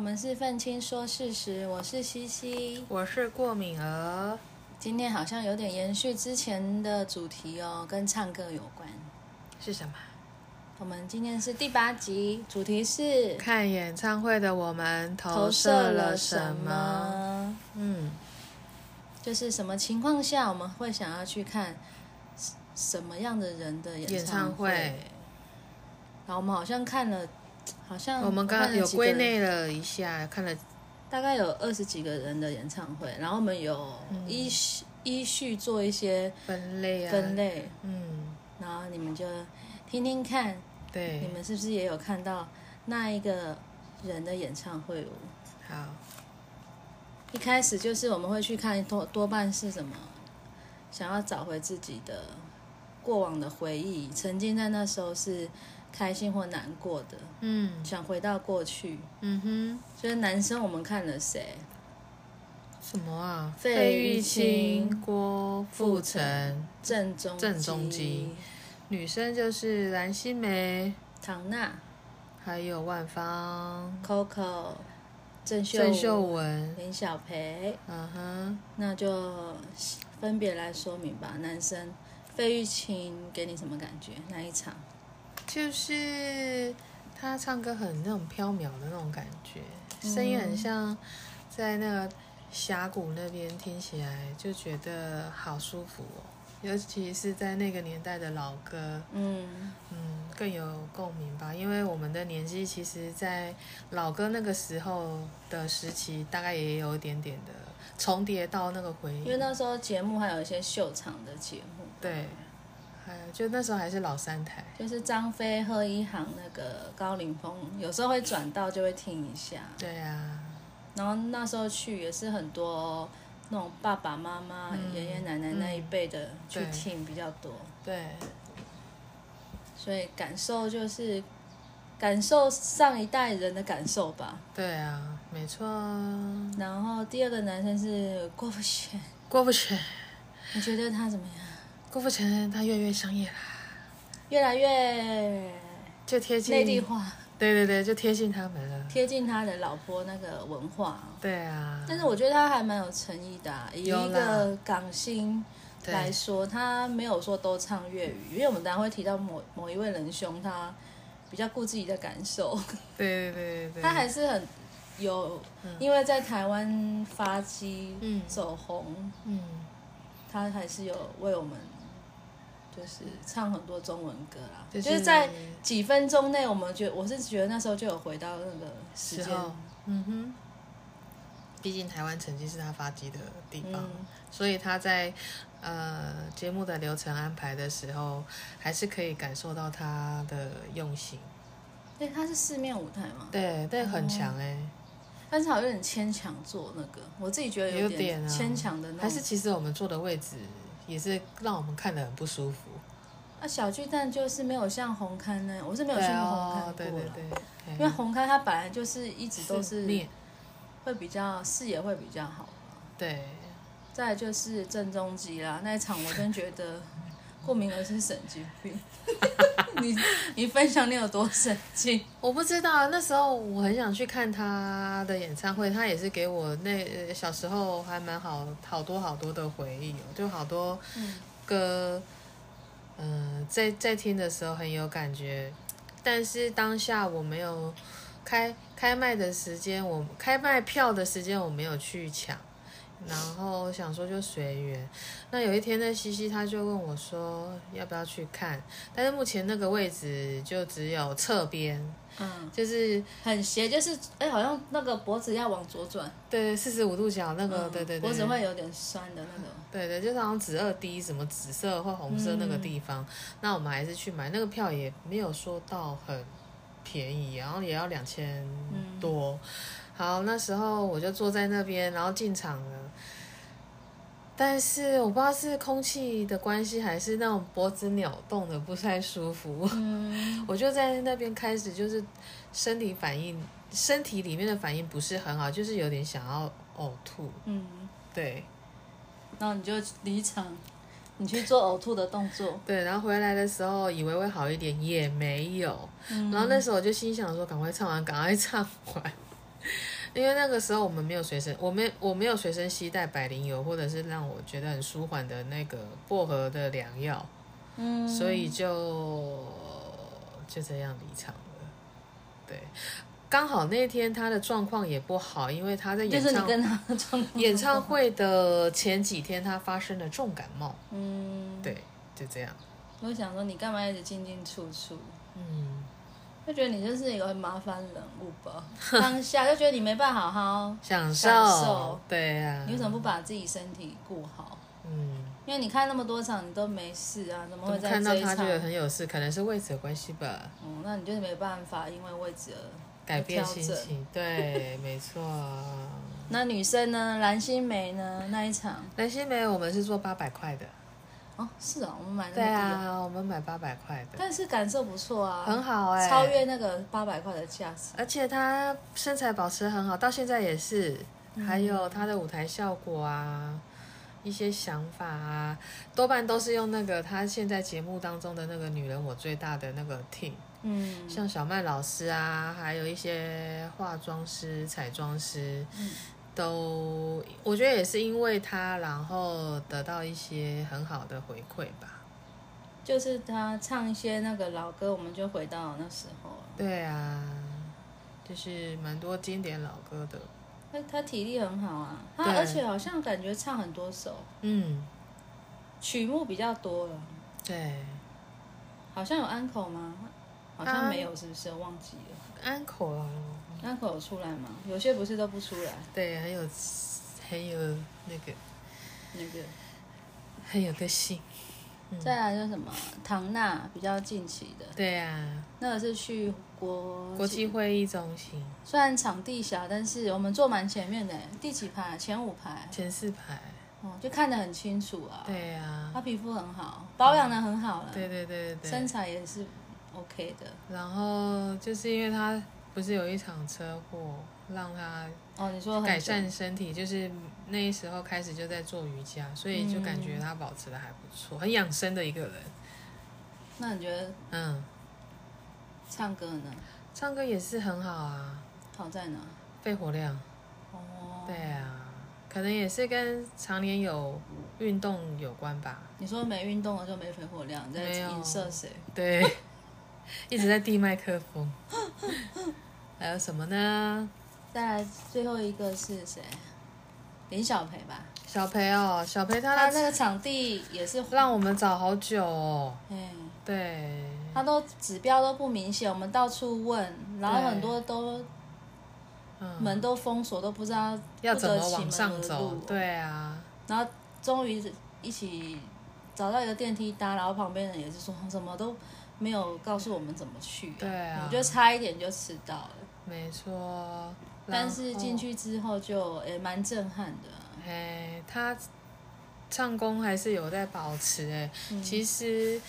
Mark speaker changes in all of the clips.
Speaker 1: 们是愤青说事实，我是西西。
Speaker 2: 我是过敏儿，
Speaker 1: 今天好像有点延续之前的主题哦，跟唱歌有关。
Speaker 2: 是什么？
Speaker 1: 我们今天是第八集，主题是
Speaker 2: 看演唱会的我们投射
Speaker 1: 射
Speaker 2: 了
Speaker 1: 什
Speaker 2: 什么？
Speaker 1: 么？
Speaker 2: 嗯，
Speaker 1: 就是什么情况下我们会想要去看什什么样的人的演
Speaker 2: 演唱
Speaker 1: 会？
Speaker 2: 会，
Speaker 1: 然后我们好像看了，好像
Speaker 2: 我们
Speaker 1: 看
Speaker 2: 刚
Speaker 1: 了
Speaker 2: 有
Speaker 1: 几个
Speaker 2: 归
Speaker 1: 人
Speaker 2: 类了一下，看了
Speaker 1: 大概有二十几个人的演唱会，然后我们有
Speaker 2: 嗯
Speaker 1: 依序、依序做一些
Speaker 2: 分类啊，
Speaker 1: 分，类，
Speaker 2: 嗯，
Speaker 1: 然后你们就听听看，你
Speaker 2: 对，
Speaker 1: 们是不是也有看到那一个人的演唱会哦？
Speaker 2: 嗯好，
Speaker 1: 一开始就是我们会去看多多半是什么，想要找回自己的过往的回忆，曾经在那时候是开心或难过的，
Speaker 2: 嗯
Speaker 1: 想回到过去。
Speaker 2: 嗯哼，
Speaker 1: 所以男生我们看了谁？
Speaker 2: 什么啊？
Speaker 1: 费玉
Speaker 2: 玉
Speaker 1: 清
Speaker 2: 清、郭富城，
Speaker 1: 郑中
Speaker 2: 郑中基、女生就是蓝心湄，
Speaker 1: 唐娜、
Speaker 2: 还有万芳、
Speaker 1: Coco、郑秀
Speaker 2: 郑
Speaker 1: 文、
Speaker 2: 秀文，
Speaker 1: 林小培，
Speaker 2: 嗯哼，
Speaker 1: 那就分别来说明吧。男生费玉清给你什么感觉？那一场？
Speaker 2: 就是他唱歌很那种飘渺的那种感觉，声音
Speaker 1: 嗯
Speaker 2: 很像在那个峡谷那边，听起来就觉得好舒服哦。尤其是在那个年代的老歌，
Speaker 1: 嗯，
Speaker 2: 嗯，更有共鸣吧。因为我们的年纪，其实，在老歌那个时候的时期，大概也有一点点的重叠到那个回忆
Speaker 1: 因。为那时候节目还有一些秀场的节目，
Speaker 2: 对，还有就那时候还是老三台。
Speaker 1: 就是张飞、贺一航那个高凌风，有时候会转到就会听一下。
Speaker 2: 对啊，
Speaker 1: 然后那时候去也是很多那种爸爸妈妈、爷爷奶奶那一辈的去
Speaker 2: 嗯对
Speaker 1: 听比较多。
Speaker 2: 对，
Speaker 1: 所以感受就是感受上一代人的感受吧。
Speaker 2: 对啊，没错啊。
Speaker 1: 然后第二个男生是郭富城，
Speaker 2: 郭富城，
Speaker 1: 你觉得他怎么样？
Speaker 2: 郭富城他越来越商业啦，
Speaker 1: 越来越
Speaker 2: 就贴近
Speaker 1: 内地化，
Speaker 2: 对对对，就贴近他们了。
Speaker 1: 贴近他的老婆那个文化。
Speaker 2: 对啊，
Speaker 1: 但是我觉得他还蛮有诚意的啊、以一
Speaker 2: 有啦
Speaker 1: 个港星
Speaker 2: 对
Speaker 1: 来说，他没有说都唱粤语，因为我们等一下会提到某某一位仁兄，他比较顾自己的感受。
Speaker 2: 对对对对对，
Speaker 1: 他还是很有，因为在台湾发迹、
Speaker 2: 嗯
Speaker 1: 走红，
Speaker 2: 嗯，
Speaker 1: 他还是有为我们就是唱很多中文歌啦。
Speaker 2: 就是
Speaker 1: 是在几分钟内，我们觉我是觉得那时候就有回到那个时
Speaker 2: 时
Speaker 1: 间，
Speaker 2: 候，嗯哼。毕竟台湾曾经是他发迹的地方，
Speaker 1: 嗯
Speaker 2: 所以他在呃节目的流程安排的时候，还是可以感受到他的用心。
Speaker 1: 对，他是四面舞台嘛，
Speaker 2: 对对，
Speaker 1: 哦
Speaker 2: 很强哎、
Speaker 1: 但是好像有点牵强做那个，我自己觉得
Speaker 2: 有
Speaker 1: 点
Speaker 2: 点啊
Speaker 1: 牵强的那种。
Speaker 2: 还是其实我们坐的位置也是让我们看得很不舒服。
Speaker 1: 啊，小巨蛋就是没有像红磡那样，我是没有去
Speaker 2: 对
Speaker 1: 过红磡
Speaker 2: 哦对
Speaker 1: 过
Speaker 2: 对
Speaker 1: 了。
Speaker 2: 对，啊
Speaker 1: 因为红磡它本来就是一直都是
Speaker 2: 面
Speaker 1: 会比较视野会比较好。
Speaker 2: 对，
Speaker 1: 再来就是郑中基啦，那一场我真觉得 过敏儿是神经 病。你你分享你有多神经？
Speaker 2: 我不知道那时候我很想去看他的演唱会，他也是给我那呃小时候还蛮好好多好多的回忆哦，就好多歌，嗯、在在听的时候很有感觉，但是当下我没有开开卖的时间，我开卖票的时间我没有去抢。然后想说就随缘，那有一天呢，西西他就问我说要不要去看，但是目前那个位置就只有侧边，
Speaker 1: 嗯，
Speaker 2: 就是
Speaker 1: 很斜，就是哎、好像那个脖子要往左转，
Speaker 2: 对四十五度角那个，
Speaker 1: 嗯
Speaker 2: 对对对，
Speaker 1: 脖子会有点酸的那种。
Speaker 2: 对对，就是好像紫二 D 什么紫色或红色那
Speaker 1: 嗯
Speaker 2: 个地方，那我们还是去买那个票，也没有说到很便宜，然后也要两千
Speaker 1: 嗯
Speaker 2: 多。好，那时候我就坐在那边，然后进场了。但是我不知道是空气的关系，还是那种脖子扭动的不太舒服。
Speaker 1: 嗯
Speaker 2: 我就在那边开始就是身体反应，身体里面的反应不是很好，就是有点想要呕吐。
Speaker 1: 嗯，
Speaker 2: 对，
Speaker 1: 然后你就离场，你去做呕吐的动作。
Speaker 2: 对，然后回来的时候以为会好一点，也没有。然后那时候我就心想说，赶快唱完，赶快唱完。 因为那个时候我们没有随身，我没我没有随身携带百灵油，或者是让我觉得很舒缓的那个薄荷的良药，
Speaker 1: 嗯，
Speaker 2: 所以就就这样离场了。对，刚好那天他的状况也不好，因为他在
Speaker 1: 就
Speaker 2: 演
Speaker 1: 是你
Speaker 2: 唱
Speaker 1: 跟他的状况，
Speaker 2: 演唱会的前几天，他发生了重感冒。
Speaker 1: 嗯，
Speaker 2: 对，就这样。
Speaker 1: 我就想说你干嘛一直进进出出，
Speaker 2: 嗯，
Speaker 1: 就觉得你就是一个很麻烦人物 吧，当下就觉得你没办法好好，
Speaker 2: 享受，
Speaker 1: 享受
Speaker 2: 对呀、
Speaker 1: 你为什么不把自己身体顾好？
Speaker 2: 嗯，
Speaker 1: 因为你看那么多场你都没事啊，怎么会在
Speaker 2: 看到
Speaker 1: 这一
Speaker 2: 他
Speaker 1: 场？
Speaker 2: 觉得很有事，可能是位置的关系吧，
Speaker 1: 嗯，那你就是没办法，因为位置而
Speaker 2: 改变
Speaker 1: 调
Speaker 2: 心
Speaker 1: 整
Speaker 2: 情， 对，没错。
Speaker 1: 那女生呢？蓝心湄呢？那一场
Speaker 2: 蓝心湄，我们是做八百块的，
Speaker 1: 哦，是哦，我们买那
Speaker 2: 对
Speaker 1: 么低哦、
Speaker 2: 啊，我们买八百块的，
Speaker 1: 但是感受不错啊，
Speaker 2: 很好哎、
Speaker 1: 超越那个八百块的价值。
Speaker 2: 而且她身材保持很好，到现在也是，还有她的舞台效果啊，一些想法啊，多半都是用那个她现在节目当中的那个女人我最大的那个 team，
Speaker 1: 嗯，
Speaker 2: 像小麦老师啊，还有一些化妆师、彩妆师，都我觉得也是因为她，然后得到一些很好的回馈吧。
Speaker 1: 就是他唱一些那个老歌，我们就回到那时候啊。
Speaker 2: 对啊，就是蛮多经典老歌的，
Speaker 1: 他他体力很好啊，他
Speaker 2: 对
Speaker 1: 而且好像感觉唱很多首，
Speaker 2: 嗯，
Speaker 1: 曲目比较多了，
Speaker 2: 对。
Speaker 1: 好像有安口吗？好像没有，是不是？我忘记了。
Speaker 2: 安口啊，
Speaker 1: 安口有出来吗？有些不是都不出来，
Speaker 2: 对，很有很有那个
Speaker 1: 那个。
Speaker 2: 很有个性，嗯
Speaker 1: 再来就是什么唐娜比较近期的，
Speaker 2: 对啊，
Speaker 1: 那个是去国
Speaker 2: 国际会议中心
Speaker 1: 虽然场地小，但是我们坐蛮前面的，第几排？前五排，
Speaker 2: 前四排，
Speaker 1: 哦，就看得很清楚啊。
Speaker 2: 对啊，
Speaker 1: 她皮肤很好，保养的很好了，
Speaker 2: 对对嗯对对
Speaker 1: 身
Speaker 2: 对，
Speaker 1: 材也是 OK 的。
Speaker 2: 然后就是因为他不是有一场车祸，让他
Speaker 1: 哦，你说很
Speaker 2: 改善身体，就是那时候开始就在做瑜伽，所以就感觉他保持的还不错，很养生的一个人，
Speaker 1: 准，那你觉得
Speaker 2: 嗯，
Speaker 1: 唱歌呢？
Speaker 2: 唱歌也是很好啊，
Speaker 1: 好在哪？
Speaker 2: 肺活量。
Speaker 1: 哦，
Speaker 2: 对啊，可能也是跟常年有运动有关吧。
Speaker 1: 你说没运动了就没肺活量，你在
Speaker 2: 没有
Speaker 1: 影射谁？
Speaker 2: 对，一直在递麦克风。 还有什么呢？
Speaker 1: 再来最后一个是谁？林小培吧，
Speaker 2: 小培哦，小培
Speaker 1: 他
Speaker 2: 他
Speaker 1: 那个场地也是，
Speaker 2: 让我们找好久哦。
Speaker 1: 哎。
Speaker 2: 对，
Speaker 1: 他都指标都不明显，我们到处问，然后
Speaker 2: 对
Speaker 1: 很多都
Speaker 2: 嗯，
Speaker 1: 门都封锁，都不知道
Speaker 2: 要怎么
Speaker 1: 不得其
Speaker 2: 往
Speaker 1: 门
Speaker 2: 上
Speaker 1: 而
Speaker 2: 走
Speaker 1: 入？哦
Speaker 2: 对啊，
Speaker 1: 然后终于一起找到一个电梯搭，然后旁边人也是说怎么都没有告诉我们怎么去、
Speaker 2: 对啊
Speaker 1: 我觉得差一点就迟到了，
Speaker 2: 没错。
Speaker 1: 但是进去
Speaker 2: 去。
Speaker 1: 之后就也蛮震撼的啊、
Speaker 2: 哎，他唱功还是有在保持哎、其实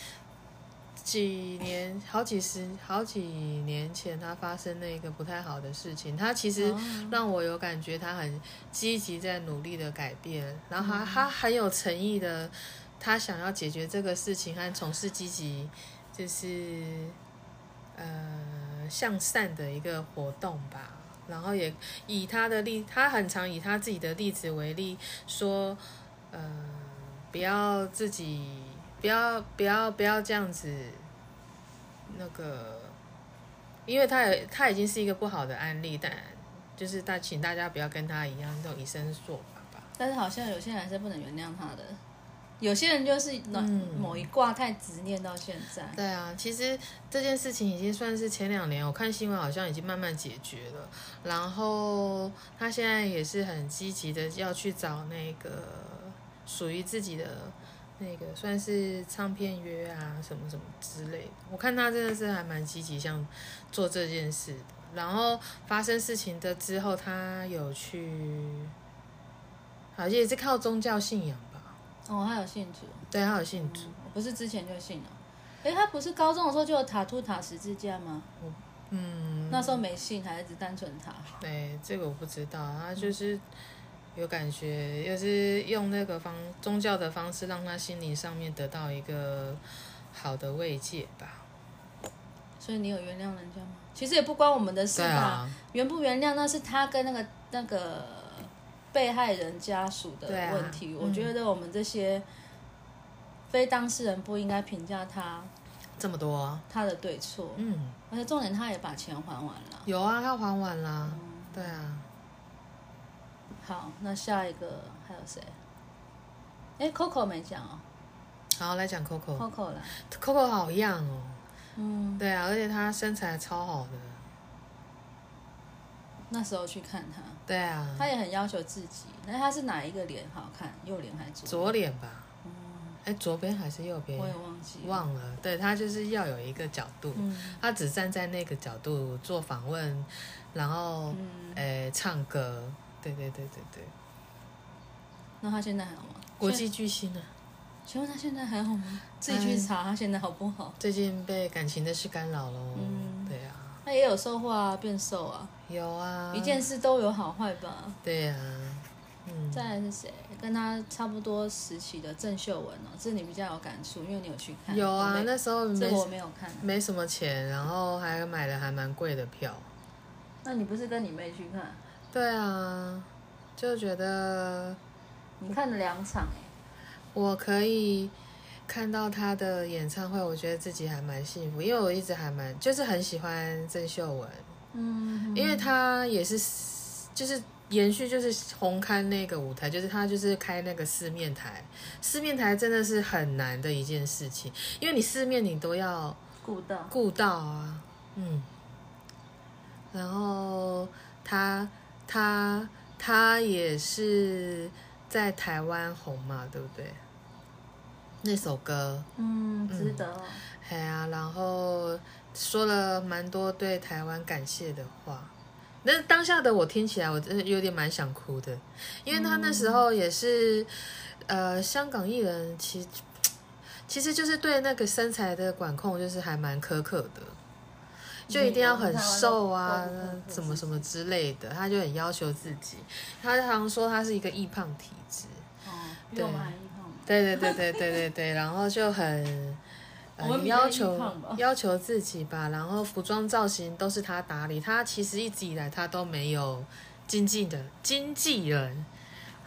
Speaker 2: 几年、好几十、好几年前，他发生那个不太好的事情，他其实
Speaker 1: 哦
Speaker 2: 让我有感觉他很积极在努力的改变，然后他、他很有诚意的，他想要解决这个事情和从事积极，就是呃向善的一个活动吧。然后也以他的例，他很常以他自己的例子为例说，呃，不要自己，不要不要不要这样子，那个，因为他也他已经是一个不好的案例，但就是大请大家不要跟他一样这种以身作法吧。
Speaker 1: 但是好像有些人还是不能原谅他的，有些人就是某、
Speaker 2: 嗯
Speaker 1: 某一卦太执念到现在。
Speaker 2: 对啊，其实这件事情已经算是前两年，我看新闻好像已经慢慢解决了。然后他现在也是很积极的要去找那个属于自己的那个算是唱片约啊，什么什么之类的。我看他真的是还蛮积极，想做这件事的。然后发生事情的之后，他有去，好像也是靠宗教信仰吧？
Speaker 1: 哦，他有信主。嗯
Speaker 2: 对，他有信主，
Speaker 1: 我不是之前就信了。哎，他不是高中的时候就有塔图塔十字架吗？
Speaker 2: 嗯。
Speaker 1: 那时候没信，还是只单纯塔。
Speaker 2: 对，这个我不知道，他
Speaker 1: 嗯
Speaker 2: 就是有感觉，又是用那个方宗教的方式，让他心灵上面得到一个好的慰藉吧。
Speaker 1: 所以你有原谅人家吗？其实也不关我们的事
Speaker 2: 对
Speaker 1: 吧，
Speaker 2: 啊，
Speaker 1: 原不原谅那是他跟那个那个被害人家属的
Speaker 2: 对啊
Speaker 1: 问题。
Speaker 2: 嗯
Speaker 1: 我觉得我们这些非当事人不应该评价他
Speaker 2: 这么多啊，
Speaker 1: 他的对错，
Speaker 2: 嗯，
Speaker 1: 而且重点他也把钱还完了。
Speaker 2: 有啊，他还完啦，
Speaker 1: 嗯
Speaker 2: 对啊，
Speaker 1: 好，那下一个还有谁？哎，Coco 没讲哦
Speaker 2: 好来讲 Coco，Coco
Speaker 1: ，Coco 啦，
Speaker 2: 好样哦，
Speaker 1: 嗯，
Speaker 2: 对啊，而且他身材超好的，
Speaker 1: 那时候去看他，
Speaker 2: 对啊，
Speaker 1: 他也很要求自己。那他是哪一个脸好看？右脸还是
Speaker 2: 左
Speaker 1: 左？
Speaker 2: 脸吧，哎，左边还是右边
Speaker 1: 嗯我？也忘记了。
Speaker 2: 忘了，对他就是要有一个角度，
Speaker 1: 嗯
Speaker 2: 他只站在那个角度做访问，然后
Speaker 1: 嗯，
Speaker 2: 诶、唱歌，对对对对对，
Speaker 1: 那他现在还好吗？
Speaker 2: 国际巨星啊，
Speaker 1: 请问他现在还好吗？
Speaker 2: 哎
Speaker 1: 自己去查他现在好不好？
Speaker 2: 最近被感情的事干扰喽，
Speaker 1: 嗯
Speaker 2: 对啊，
Speaker 1: 他也有收获啊，变瘦啊，
Speaker 2: 有啊，
Speaker 1: 一件事都有好坏吧。
Speaker 2: 对啊，嗯，
Speaker 1: 再来是谁？跟他差不多时期的郑秀文哦，这你比较有感触，因为你有去看。
Speaker 2: 有
Speaker 1: 我
Speaker 2: 啊，
Speaker 1: 没
Speaker 2: 那时候
Speaker 1: 这个我
Speaker 2: 没
Speaker 1: 没有看啊。
Speaker 2: 没什么钱，然后还买了还蛮贵的票，
Speaker 1: 那你不是跟你妹去看？
Speaker 2: 对啊，就觉得
Speaker 1: 你看了两场哎、
Speaker 2: 我可以看到他的演唱会，我觉得自己还蛮幸福，因为我一直还蛮就是很喜欢郑秀文，
Speaker 1: 嗯，
Speaker 2: 因为他也是就是延续就是红磡那个舞台，就是他就是开那个四面台，四面台真的是很难的一件事情，因为你四面你都要
Speaker 1: 顾到
Speaker 2: 顾到啊，嗯，然后他他他也是在台湾红嘛，对不对？那首歌，
Speaker 1: 嗯，值得哦、
Speaker 2: 哎呀、然后说了蛮多对台湾感谢的话。那当下的我听起来，我真的有点蛮想哭的，因为他那时候也是，呃，香港艺人其其实就是对那个身材的管控就是还蛮苛刻的，就一定要很瘦啊，怎么什么之类的，他就很要求自己。他常说他是一个易胖体质，
Speaker 1: 哦，比我们还硬汉吗
Speaker 2: 对对对对对对对，然后就很。呃
Speaker 1: 我们比较
Speaker 2: 要
Speaker 1: 硬
Speaker 2: 求
Speaker 1: 胖吧
Speaker 2: 要求自己吧，然后服装造型都是他打理，他其实一直以来他都没有经纪的经纪人，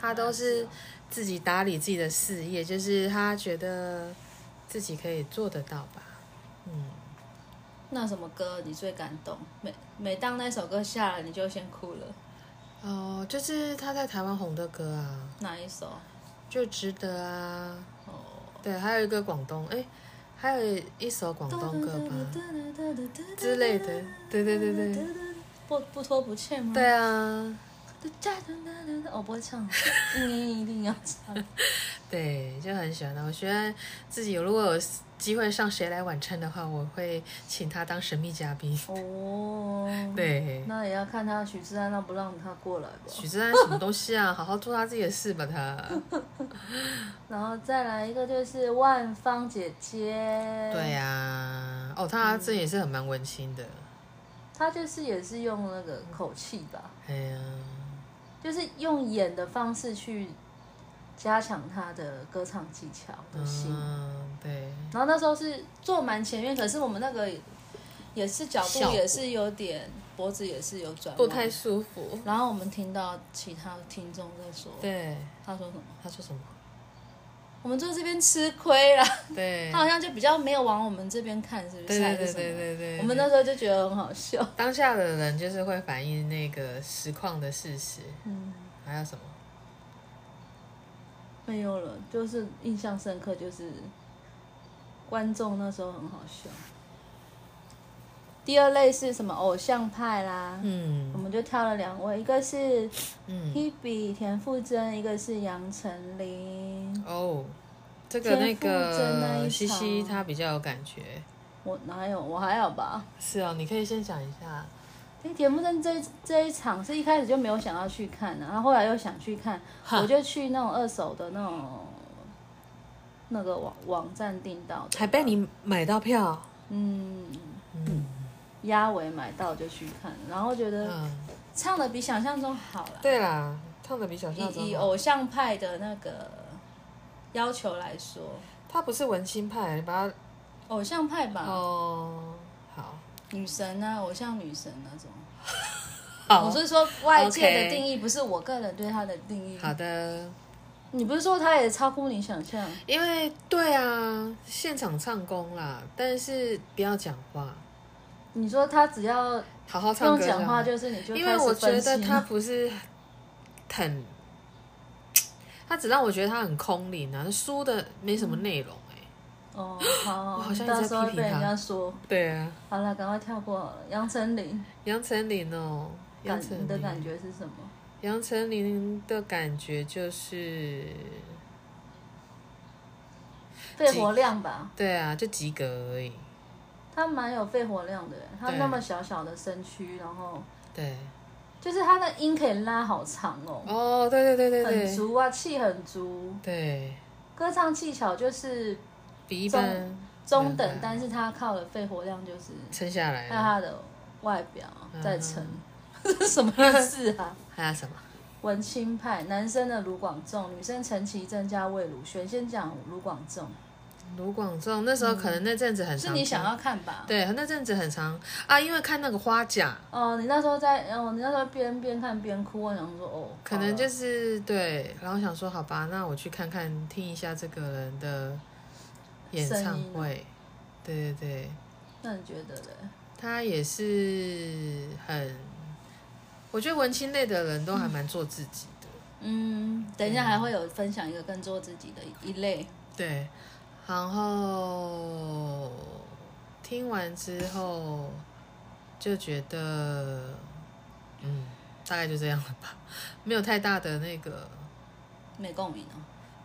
Speaker 2: 他都是自己打理自己的事业，就是他觉得自己可以做得到吧。嗯，
Speaker 1: 那什么歌你最感动？每每当那首歌下来，你就先哭了。
Speaker 2: 哦、就是他在台湾红的歌啊，
Speaker 1: 哪一首？
Speaker 2: 就值得啊。
Speaker 1: 哦。
Speaker 2: 对，还有一个广东，哎，还有一首广东歌吧之类的。对对对对。
Speaker 1: 不不拖不欠吗？
Speaker 2: 对啊，
Speaker 1: 我哦不会唱，你一定要唱。
Speaker 2: 对，就很喜欢他。我觉得自己如果有机会上《谁来晚餐》的话，我会请他当神秘嘉宾。
Speaker 1: 哦，
Speaker 2: 对，
Speaker 1: 那也要看他许志安让不让他过来吧。
Speaker 2: 许志安什么东西啊？好好做他自己的事吧，他。
Speaker 1: 然后再来一个就是万芳姐姐，
Speaker 2: 对呀、啊，哦，他这也是很蛮文青的。
Speaker 1: 她就是也是用那个口气吧，
Speaker 2: 哎呀，
Speaker 1: 就是用演的方式去加强她的歌唱技巧的心。
Speaker 2: 嗯，对，
Speaker 1: 然后那时候是坐蛮前面，可是我们那个也是角
Speaker 2: 效
Speaker 1: 度
Speaker 2: 果
Speaker 1: 也是有点，脖子也是有转弯
Speaker 2: 不太。舒服。
Speaker 1: 然后我们听到其他听众在说，
Speaker 2: 对，
Speaker 1: 他说什么？
Speaker 2: 他说什么？
Speaker 1: 我们坐这边吃亏啦。
Speaker 2: 对
Speaker 1: 他，好像就比较没有往我们这边看，是不
Speaker 2: 对
Speaker 1: 是？
Speaker 2: 对
Speaker 1: 还是
Speaker 2: 对
Speaker 1: 什么
Speaker 2: 对对对
Speaker 1: 我们那时候就觉得很好笑。
Speaker 2: 当下的人就是会反映那个实况的事实。
Speaker 1: 嗯，
Speaker 2: 还有什么？
Speaker 1: 没有了，就是印象深刻，就是观众那时候很好笑。第二类是什么？偶像派啦，我
Speaker 2: 嗯
Speaker 1: 们就挑了两位，一个是
Speaker 2: 嗯。
Speaker 1: Hebe 田馥甄，一个是杨丞琳。
Speaker 2: 哦，这个那
Speaker 1: 田馥甄那
Speaker 2: 个
Speaker 1: 一
Speaker 2: 西西
Speaker 1: 场
Speaker 2: 她比较有感觉。
Speaker 1: 我哪有？我还好吧。
Speaker 2: 是哦，你可以先讲一下。
Speaker 1: 哎，田馥甄这这一场是一开始就没有想要去看的、啊然后后来又想去看，
Speaker 2: 哈
Speaker 1: 我就去那种二手的那种那个网网站订到的，
Speaker 2: 还被你买到票。
Speaker 1: 嗯
Speaker 2: 嗯
Speaker 1: 压尾买到就去看，然后觉得
Speaker 2: 嗯，
Speaker 1: 唱的比想象中好啦。
Speaker 2: 对啦，唱的比想象
Speaker 1: 以以
Speaker 2: 中好。
Speaker 1: 偶像派的那个要求来说，
Speaker 2: 他不是文青派，你把
Speaker 1: 啊偶像派吧，
Speaker 2: 他哦好，
Speaker 1: 女神啊，偶像女神那种。
Speaker 2: 好
Speaker 1: 我是说外界的
Speaker 2: 哦 OK
Speaker 1: 定义，不是我个人对她的定义。
Speaker 2: 好的，
Speaker 1: 你不是说她也超乎你想象？
Speaker 2: 因为对啊，现场唱功啦，但是不要讲话，
Speaker 1: 你说她只要
Speaker 2: 好好
Speaker 1: 不
Speaker 2: 唱
Speaker 1: 用
Speaker 2: 歌就好。
Speaker 1: 讲话，就是你就
Speaker 2: 因
Speaker 1: 开
Speaker 2: 为
Speaker 1: 始
Speaker 2: 我觉
Speaker 1: 分
Speaker 2: 得
Speaker 1: 析
Speaker 2: 他不是很，他只让我觉得他很空灵啊，书的没
Speaker 1: 嗯
Speaker 2: 什么内容哎、
Speaker 1: 哦，好，
Speaker 2: 我好像一直
Speaker 1: 到
Speaker 2: 在
Speaker 1: 时候
Speaker 2: 批评
Speaker 1: 被人
Speaker 2: 她
Speaker 1: 家说。
Speaker 2: 对啊，
Speaker 1: 好了，赶快跳过好了。杨丞琳，
Speaker 2: 杨丞琳哦，杨
Speaker 1: 感
Speaker 2: 丞
Speaker 1: 你的感
Speaker 2: 琳，
Speaker 1: 觉是什么？
Speaker 2: 杨丞琳的感觉就是，
Speaker 1: 肺活量吧，
Speaker 2: 对啊，就及格而已，
Speaker 1: 她蛮有肺活量的，她
Speaker 2: 对
Speaker 1: 那么小小的身躯，然后
Speaker 2: 对，
Speaker 1: 就是她的音可以拉好长哦，
Speaker 2: 哦，对对对对
Speaker 1: 很
Speaker 2: 对，
Speaker 1: 足啊，气很足。
Speaker 2: 对，
Speaker 1: 歌唱技巧就是
Speaker 2: 比一般
Speaker 1: 中等
Speaker 2: 明白，
Speaker 1: 但是她靠的肺活量就是
Speaker 2: 撑下来
Speaker 1: 还有
Speaker 2: 了，
Speaker 1: 她的外表
Speaker 2: 嗯
Speaker 1: 在撑， 这是什么意思啊？
Speaker 2: 还有什么？
Speaker 1: 文青派，男生的卢广仲，女生陈绮贞加魏如萱。先讲卢广仲，
Speaker 2: 卢广仲那时候可能那阵子很
Speaker 1: 是
Speaker 2: 常，
Speaker 1: 你想要看吧？
Speaker 2: 对，那阵子很长啊，因为看那个花甲。
Speaker 1: 哦，你那时候在，哦，你那时候边边看边哭，我想说，哦，
Speaker 2: 可能就是是对，然后想说好吧，那我去看看听一下这个人的演唱
Speaker 1: 啊
Speaker 2: 会，对对对，
Speaker 1: 那你觉得嘞？
Speaker 2: 他也是很，我觉得文青类的人都还蛮做自己的，
Speaker 1: 嗯，等一下还会有分享一个更做自己的一类，
Speaker 2: 对，然后听完之后就觉得，嗯，大概就这样了吧，没有太大的那个
Speaker 1: 没共鸣哦。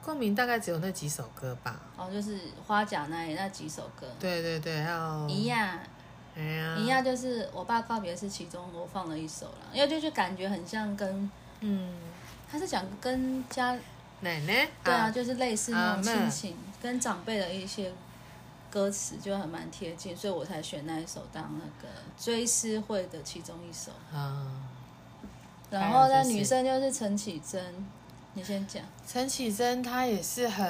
Speaker 2: 共鸣，大概只有那几首歌吧。
Speaker 1: 哦，就是花甲那里那几首歌，
Speaker 2: 对对对，还有
Speaker 1: 一样。
Speaker 2: 哎呀，
Speaker 1: 一样就是我爸告别是其中我放了一首啦，因为就就感觉很像跟
Speaker 2: 嗯，
Speaker 1: 他是讲跟家
Speaker 2: 奶奶，
Speaker 1: 对啊，，就是类似那种
Speaker 2: 阿嬷
Speaker 1: 亲情跟长辈的一些歌词就还蛮贴近，所以我才选那一首当那个追思会的其中一首。
Speaker 2: 啊，
Speaker 1: 然后
Speaker 2: 还有
Speaker 1: 呢，
Speaker 2: 就是
Speaker 1: 女生就是陈绮贞，你先讲，
Speaker 2: 陈绮贞她也是很，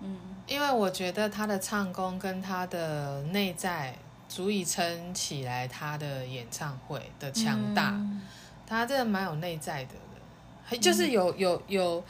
Speaker 1: 嗯，
Speaker 2: 因为我觉得她的唱功跟她的内在足以撑起来她的演唱会的强大，
Speaker 1: 嗯
Speaker 2: 她真的蛮有内在的人，很就是有有有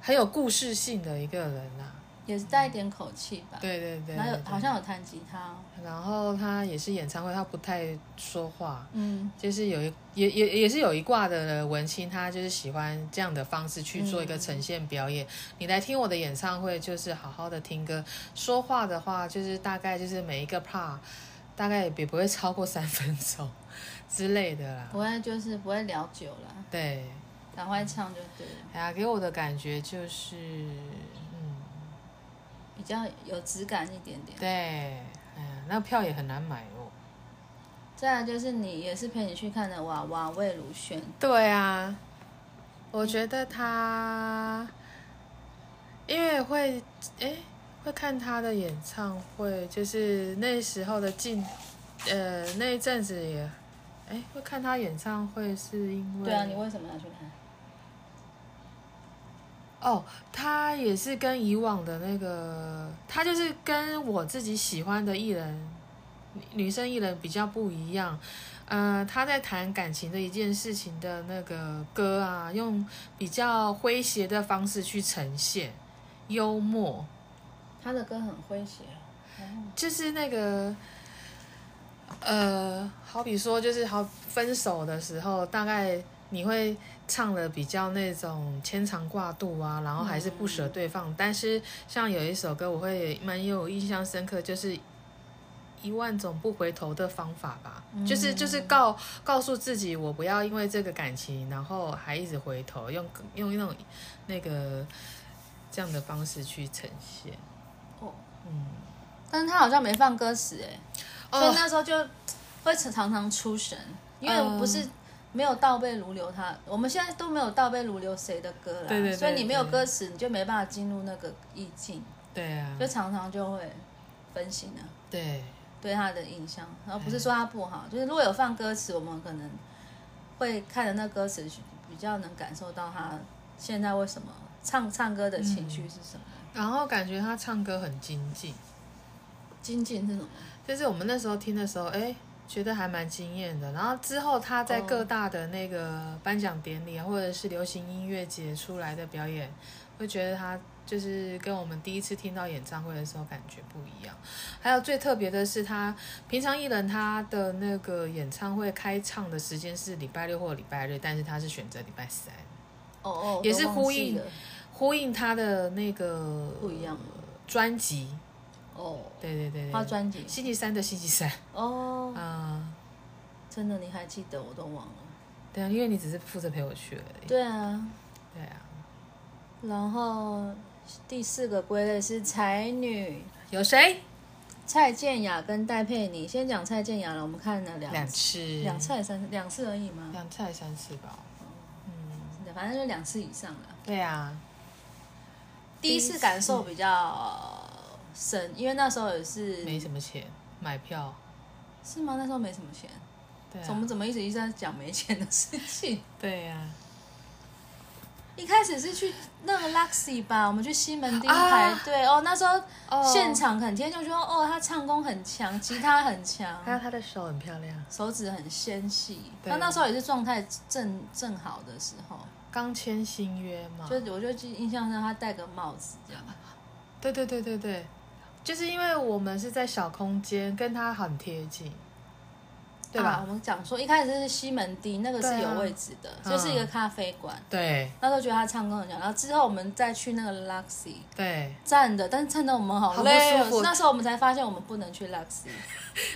Speaker 2: 很有故事性的一个人啦、
Speaker 1: 也是带一点口气吧。
Speaker 2: 对对对，
Speaker 1: 然后有
Speaker 2: 对
Speaker 1: 好像有弹吉他哦、
Speaker 2: 然后她也是演唱会，她不太说话，
Speaker 1: 嗯，
Speaker 2: 就是有一也也也是有一挂的文青，他就是喜欢这样的方式去做一个呈现表演。你来听我的演唱会，就是好好的听歌，说话的话就是大概就是每一个 part 大概也不会超过三分钟之类的啦。
Speaker 1: 不会就是不会聊久了，
Speaker 2: 对，
Speaker 1: 赶快唱就对了，
Speaker 2: 哎呀，给我的感觉就是，嗯，
Speaker 1: 比较有质感一点点。
Speaker 2: 对，哎呀，那票也很难买哦。
Speaker 1: 再来就是你也是陪你去看的娃娃魏如萱，
Speaker 2: 对啊，我觉得他，因为会诶会看他的演唱会，就是那时候的近，呃那一阵子也，诶会看他演唱会是因为
Speaker 1: 对啊，你为什么要去看？
Speaker 2: 哦，他也是跟以往的那个，他就是跟我自己喜欢的艺人，女女生艺人比较不一样。呃，他在谈感情的一件事情的那个歌啊，用比较诙谐的方式去呈现，幽默，
Speaker 1: 他的歌很诙谐，
Speaker 2: 就是那个，呃，好比说，就是好分手的时候，大概你会唱的比较那种牵肠挂肚啊，然后还是不舍对方。但是像有一首歌，我会蛮有印象深刻，就是。一万种不回头的方法吧，就是就是告告诉自己，我不要因为这个感情，然后还一直回头，用用那种那个这样的方式去呈现。
Speaker 1: 哦但是他好像没放歌词哎、
Speaker 2: 嗯哦
Speaker 1: 所以那时候就会常常出神，因为不
Speaker 2: 嗯
Speaker 1: 是没有倒背如流他，我们现在都没有倒背如流谁的歌啦，
Speaker 2: 对对对
Speaker 1: 所以你没有歌词，你就没办法进入那个意境，
Speaker 2: 对啊，
Speaker 1: 就常常就会分心啊，
Speaker 2: 对。
Speaker 1: 对他的印象。然后不是说他不好，就是如果有放歌词，我们可能会看着那歌词去比较能感受到他现在为什么唱唱歌的情绪是什么，
Speaker 2: 然后感觉他唱歌很精进，
Speaker 1: 精进是什么？
Speaker 2: 就是我们那时候听的时候，哎、觉得还蛮惊艳的。然后之后他在
Speaker 1: 哦
Speaker 2: 各大的那个颁奖典礼啊，或者是流行音乐节出来的表演，会觉得他就是跟我们第一次听到演唱会的时候感觉不一样。还有最特别的是他，平常艺人他的那个演唱会开唱的时间是礼拜六或礼拜日，但是他是选择礼拜三，
Speaker 1: 哦哦，
Speaker 2: 也是
Speaker 1: 都忘
Speaker 2: 呼
Speaker 1: 记
Speaker 2: 应
Speaker 1: 了
Speaker 2: 呼应他的那个
Speaker 1: 不一样了
Speaker 2: 专辑。
Speaker 1: 哦，
Speaker 2: 对对对
Speaker 1: 发
Speaker 2: 对，
Speaker 1: 专辑
Speaker 2: 星期三的星期三
Speaker 1: 哦，
Speaker 2: 啊。
Speaker 1: 真的你还记得，我都忘了。
Speaker 2: 对啊，因为你只是负责陪我去而已。
Speaker 1: 对啊，
Speaker 2: 对啊，
Speaker 1: 然后第四个归类是才女，
Speaker 2: 有谁？
Speaker 1: 蔡健雅跟戴佩妮。先讲蔡健雅了，我们看了两
Speaker 2: 两次，
Speaker 1: 两次还是三次两次而已吗？
Speaker 2: 两次还是三次吧？嗯，
Speaker 1: 反正就两次以上了。
Speaker 2: 对啊，
Speaker 1: 第一次感受比较深，因为那时候也是
Speaker 2: 没什么钱买票，
Speaker 1: 是吗？那时候没什么钱，
Speaker 2: 对
Speaker 1: 我
Speaker 2: 啊，
Speaker 1: 们怎么一直一直在讲没钱的事情？
Speaker 2: 对啊，
Speaker 1: 一开始是去那个 Luxy 吧，我们去西门町
Speaker 2: 啊
Speaker 1: 排队、哦。那时候
Speaker 2: 哦
Speaker 1: 现场很天就觉得哦，他唱功很强，吉他很强，
Speaker 2: 还有他的手很漂亮，
Speaker 1: 手指很纤细。
Speaker 2: 对
Speaker 1: 他那时候也是状态正正好的时候，
Speaker 2: 刚签新约嘛，
Speaker 1: 就我就记印象中他戴个帽子这样。
Speaker 2: 对对对对对，就是因为我们是在小空间，跟他很贴近，对
Speaker 1: 啊
Speaker 2: 吧？
Speaker 1: 我们讲说一开始是西门町，那个是
Speaker 2: 对
Speaker 1: 有
Speaker 2: 啊
Speaker 1: 位置的，
Speaker 2: 嗯
Speaker 1: 就是一个咖啡馆。
Speaker 2: 对
Speaker 1: 那时候觉得他唱功很强，然后之后我们再去那个 Luxy
Speaker 2: 对，
Speaker 1: 站的，但是站的我们好
Speaker 2: 好不
Speaker 1: 累
Speaker 2: 舒服
Speaker 1: 哦。那时候我们才发现我们不能去 Luxy。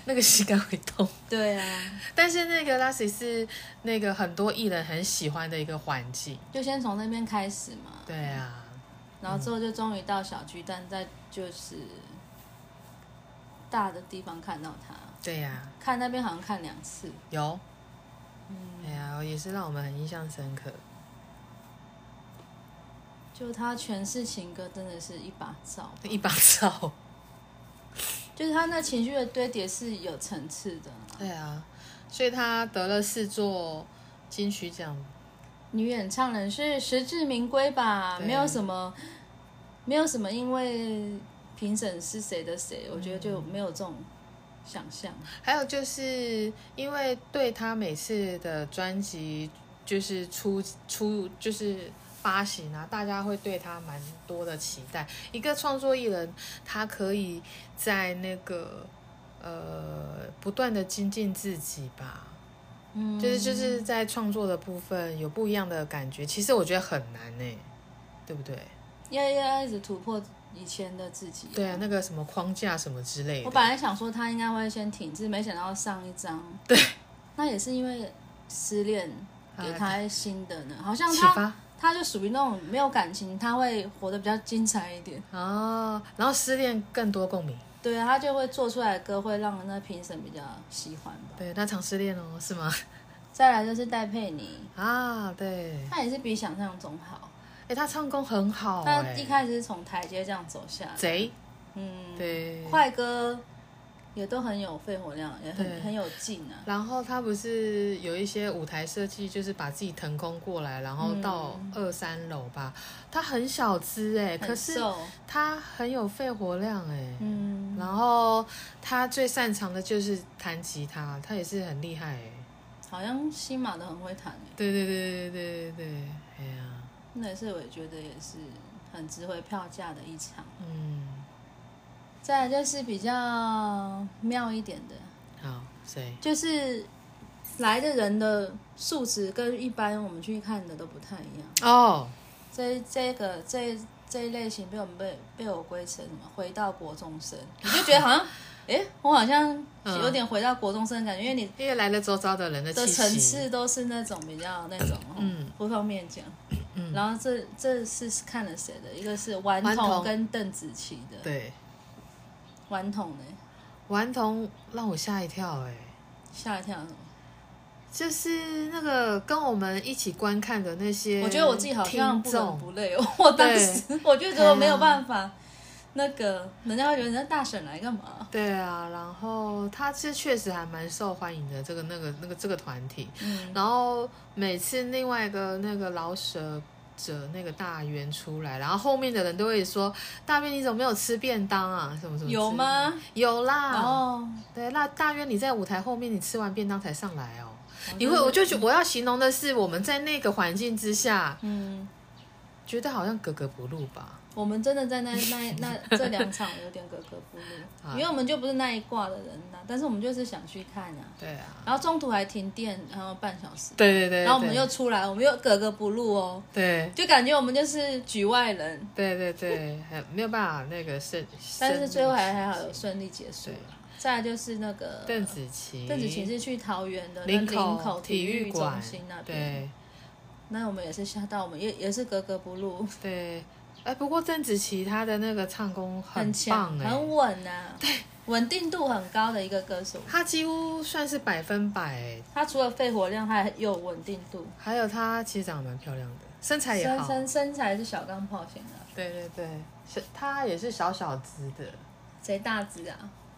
Speaker 2: 那个膝盖会痛。
Speaker 1: 对啊，
Speaker 2: 但是那个 Lassie 是那个很多艺人很喜欢的一个环境，
Speaker 1: 就先从那边开始嘛，
Speaker 2: 对啊，
Speaker 1: 然后之后就终于到小巨蛋，再就是大的地方看到他，
Speaker 2: 对呀、
Speaker 1: 看那边好像看两次。
Speaker 2: 有，嗯，哎呀，也是让我们很印象深刻。
Speaker 1: 就他诠释情歌真的是一把照，
Speaker 2: 一把 照，
Speaker 1: 就是他那情绪的堆叠是有层次的。
Speaker 2: 对啊，所以他得了四座金曲奖，
Speaker 1: 女演唱人是实至名归吧，
Speaker 2: 对
Speaker 1: 没有什么，没有什么，因为评审是谁的谁，我觉得就没有这种想象。
Speaker 2: 还有就是因为对他每次的专辑就是出出就是发行啊，大家会对他蛮多的期待。一个创作艺人，他可以在那个呃不断的精进自己吧，
Speaker 1: 嗯，
Speaker 2: 就是就是在创作的部分有不一样的感觉。其实我觉得很难呢、对不对？
Speaker 1: 要要一直突破以前的自己。
Speaker 2: 对啊，那个什么框架什么之类
Speaker 1: 我
Speaker 2: 的，
Speaker 1: 本来想说他应该会先停滞，没想到上一张，对，那也是因为失恋给他新的呢，好像
Speaker 2: 启
Speaker 1: 他
Speaker 2: 发
Speaker 1: 他就属于那种没有感情，他会活得比较精彩一点。
Speaker 2: 哦，然后失恋更多共鸣。
Speaker 1: 对啊，他就会做出来的歌会让那评审比较喜欢吧。
Speaker 2: 对，那场失恋哦，是吗？
Speaker 1: 再来就是戴佩妮，
Speaker 2: 啊，对，
Speaker 1: 她也是比想象中好，
Speaker 2: 哎，他唱功很好、
Speaker 1: 她
Speaker 2: 哎，
Speaker 1: 一开始是从台阶这样走下来，
Speaker 2: 贼，
Speaker 1: 嗯，
Speaker 2: 对。
Speaker 1: 快歌也都很有肺活量，也
Speaker 2: 对
Speaker 1: 很很有劲啊。
Speaker 2: 然后他不是有一些舞台设计，就是把自己腾空过来，然
Speaker 1: 嗯
Speaker 2: 后到二三楼吧。他很小只哎、
Speaker 1: 很
Speaker 2: 可是
Speaker 1: 瘦
Speaker 2: 他很有肺活量哎、
Speaker 1: 嗯，
Speaker 2: 然后他最擅长的就是弹吉他，他也是很厉害哎、
Speaker 1: 好像西马的很会弹欸
Speaker 2: 对对对对对对对，哎呀，
Speaker 1: 那也是我觉得也是很值回票价的一场。
Speaker 2: 嗯，
Speaker 1: 再来就是比较妙一点的，
Speaker 2: 好，谁？
Speaker 1: 就是来的人的素质跟一般我们去看的都不太一样。
Speaker 2: 哦，
Speaker 1: 这这个这这一类型被我们被被我归成什么？回到国中生，你就觉得好像，诶，我好像
Speaker 2: 嗯
Speaker 1: 有点回到国中生的感觉，因为你
Speaker 2: 因为来了周遭的人的
Speaker 1: 的
Speaker 2: 气息，
Speaker 1: 层次都是那种比较那种，嗯，不方便讲。然后这这是看了谁的？一个是顽
Speaker 2: 嗯顽
Speaker 1: 童
Speaker 2: 童
Speaker 1: 跟邓紫棋的。
Speaker 2: 对，
Speaker 1: 顽童呢，
Speaker 2: 顽童让我吓一跳哎、
Speaker 1: 吓一跳。
Speaker 2: 就是那个跟我们一起观看的那些，
Speaker 1: 我觉得我自己好像不
Speaker 2: 听
Speaker 1: 冷
Speaker 2: 众，
Speaker 1: 不累。哦我当时我就觉得我没有办法，那个人家会觉得那大婶来干嘛？
Speaker 2: 对啊，然后他是确实还蛮受欢迎的，这嗯个那个那个这个团体，然后每次另外一个那个老舍着那个大圆出来，然后后面的人都会说：“大圆你怎么没有吃便当啊？什么什么？”
Speaker 1: 有？吗？
Speaker 2: 有啦。
Speaker 1: 哦，
Speaker 2: 对，那大约你在舞台后面，你吃完便当才上来哦。你
Speaker 1: 真
Speaker 2: 会，
Speaker 1: 的
Speaker 2: 我就觉我要形容的是，我们在那个环境之下，
Speaker 1: 嗯，
Speaker 2: 觉得好像格格不入吧？
Speaker 1: 我们真的在那那 那这两场有点格格不
Speaker 2: 啊
Speaker 1: 入，因为我们就不是那一挂的人呐、但是我们就是想去看啊。
Speaker 2: 对啊，
Speaker 1: 然后中途还停电，然后半小时，
Speaker 2: 对对对，
Speaker 1: 然后我们
Speaker 2: 对
Speaker 1: 又出来，我们又格格不入哦，
Speaker 2: 对
Speaker 1: 就感觉我们就是局外人。
Speaker 2: 对对对，还没有办法那个是，
Speaker 1: 但是最后还
Speaker 2: 胜利
Speaker 1: 还好有顺利结束
Speaker 2: 对。
Speaker 1: 再来就是那个
Speaker 2: 邓紫棋，
Speaker 1: 邓紫棋是去桃园的那
Speaker 2: 林
Speaker 1: 口
Speaker 2: 体
Speaker 1: 育
Speaker 2: 馆
Speaker 1: 中心那边，
Speaker 2: 对
Speaker 1: 那我们也是吓到，我们也也是格格不入，
Speaker 2: 对，哎，不过邓紫棋她的那个唱功
Speaker 1: 很强
Speaker 2: 棒，哎，
Speaker 1: 很稳呐，对，稳定度很高的一个歌手。
Speaker 2: 她几乎算是百分百哎，
Speaker 1: 他除了肺活量，他还有稳定度，
Speaker 2: 还有她其实长得蛮漂亮的，身材也
Speaker 1: 身
Speaker 2: 好，
Speaker 1: 身身材是小钢炮型的，
Speaker 2: 对对对，是她也是小小只的
Speaker 1: 谁大只啊？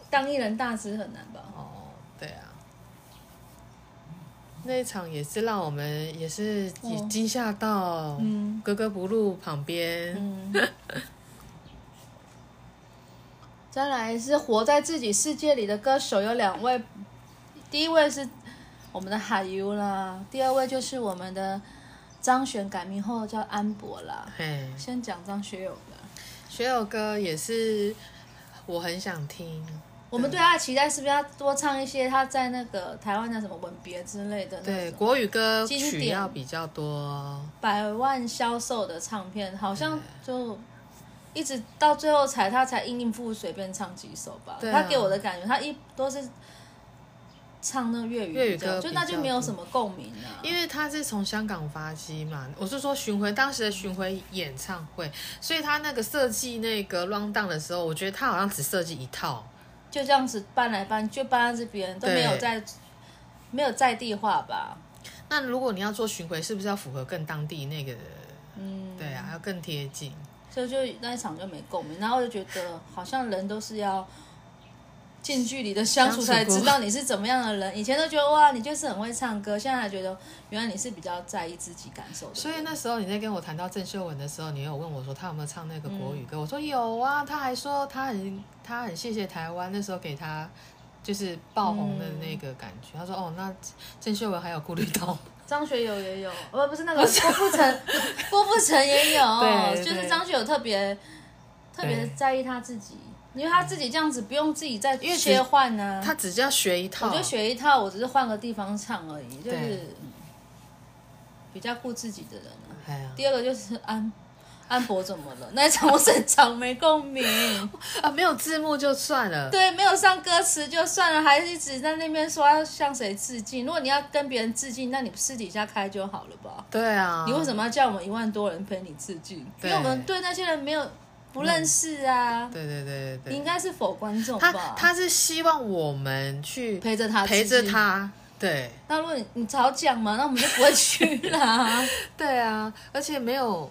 Speaker 1: 当艺人大只很难吧？
Speaker 2: 哦，对啊。那一场也是让我们也是也
Speaker 1: 哦
Speaker 2: 惊吓到，
Speaker 1: 嗯
Speaker 2: 格格不入旁边，
Speaker 1: 嗯。 再来是活在自己世界里的歌手有两位，第一位是我们的海优啦，第二位就是我们的张悬改名后叫安博啦。
Speaker 2: 嘿，
Speaker 1: 先讲张学友的，
Speaker 2: 学友歌也是我很想听，
Speaker 1: 我们对他的期待是不是要多唱一些他在那个台湾的什么吻别之类的那种？
Speaker 2: 对国语歌
Speaker 1: 经典
Speaker 2: 曲要比较多，
Speaker 1: 百万销售的唱片，好像就一直到最后才他才应应付随便唱几首吧。
Speaker 2: 对啊
Speaker 1: 他给我的感觉，他一都是唱那粤语
Speaker 2: 粤语
Speaker 1: 比较
Speaker 2: 歌
Speaker 1: 就
Speaker 2: 比
Speaker 1: 那就
Speaker 2: 较
Speaker 1: 没有
Speaker 2: 多
Speaker 1: 什么共鸣啊。
Speaker 2: 因为他是从香港发迹嘛，我是说巡回当时的巡回演唱会，所以他那个设计那个 round down 的时候，我觉得他好像只设计一套，
Speaker 1: 就这样子搬来搬，就搬到这边都
Speaker 2: 对
Speaker 1: 没有在没有在地化吧。
Speaker 2: 那如果你要做巡回，是不是要符合更当地那个？
Speaker 1: 嗯，
Speaker 2: 对啊，要更贴近。
Speaker 1: 所以就那一场就没共鸣，然后我就觉得好像人都是要近距离的相处
Speaker 2: 相
Speaker 1: 才
Speaker 2: 处过
Speaker 1: 知道你是怎么样的人。以前都觉得哇，你就是很会唱歌，现在还觉得原来你是比较在意自己感受的人。
Speaker 2: 所以那时候你在跟我谈到郑秀文的时候，你有问我说她有没有唱那个国语歌？
Speaker 1: 嗯
Speaker 2: 我说有啊，她还说她很她很谢谢台湾那时候给她就是爆红的那个感
Speaker 1: 嗯
Speaker 2: 觉。她说哦，那郑秀文还有顾虑 到，
Speaker 1: 张学友也有，呃，不是那个 郭富城，郭富城也有， 哦
Speaker 2: 对对
Speaker 1: 就是张学友特别特别在意他自己，因为他自己这样子不用自己再
Speaker 2: 为
Speaker 1: 切换呢、
Speaker 2: 她只是要学一套，
Speaker 1: 我就学一套，我只是换个地方唱而已，就是
Speaker 2: 对
Speaker 1: 嗯比较顾自己的人啊。
Speaker 2: 哎呀
Speaker 1: 第二个就是安安博怎么了？那一场我整场没共 鸣，
Speaker 2: 啊没有字幕就算了，
Speaker 1: 对，没有上歌词就算了，还一直在那边说要向谁致敬。如果你要跟别人致敬，那你私底下开就好了吧？
Speaker 2: 对啊，
Speaker 1: 你为什么要叫我们一万多人陪你致敬？因
Speaker 2: 对
Speaker 1: 为我们对那些人没有不认识啊，
Speaker 2: 对对对对
Speaker 1: 你应
Speaker 2: 对，
Speaker 1: 该是否观众
Speaker 2: 她
Speaker 1: 吧？
Speaker 2: 她是希望我们去
Speaker 1: 陪着他，
Speaker 2: 陪着。她，对。
Speaker 1: 那如果你你早讲嘛，那我们就不会去 啦。
Speaker 2: 对啊，而且没有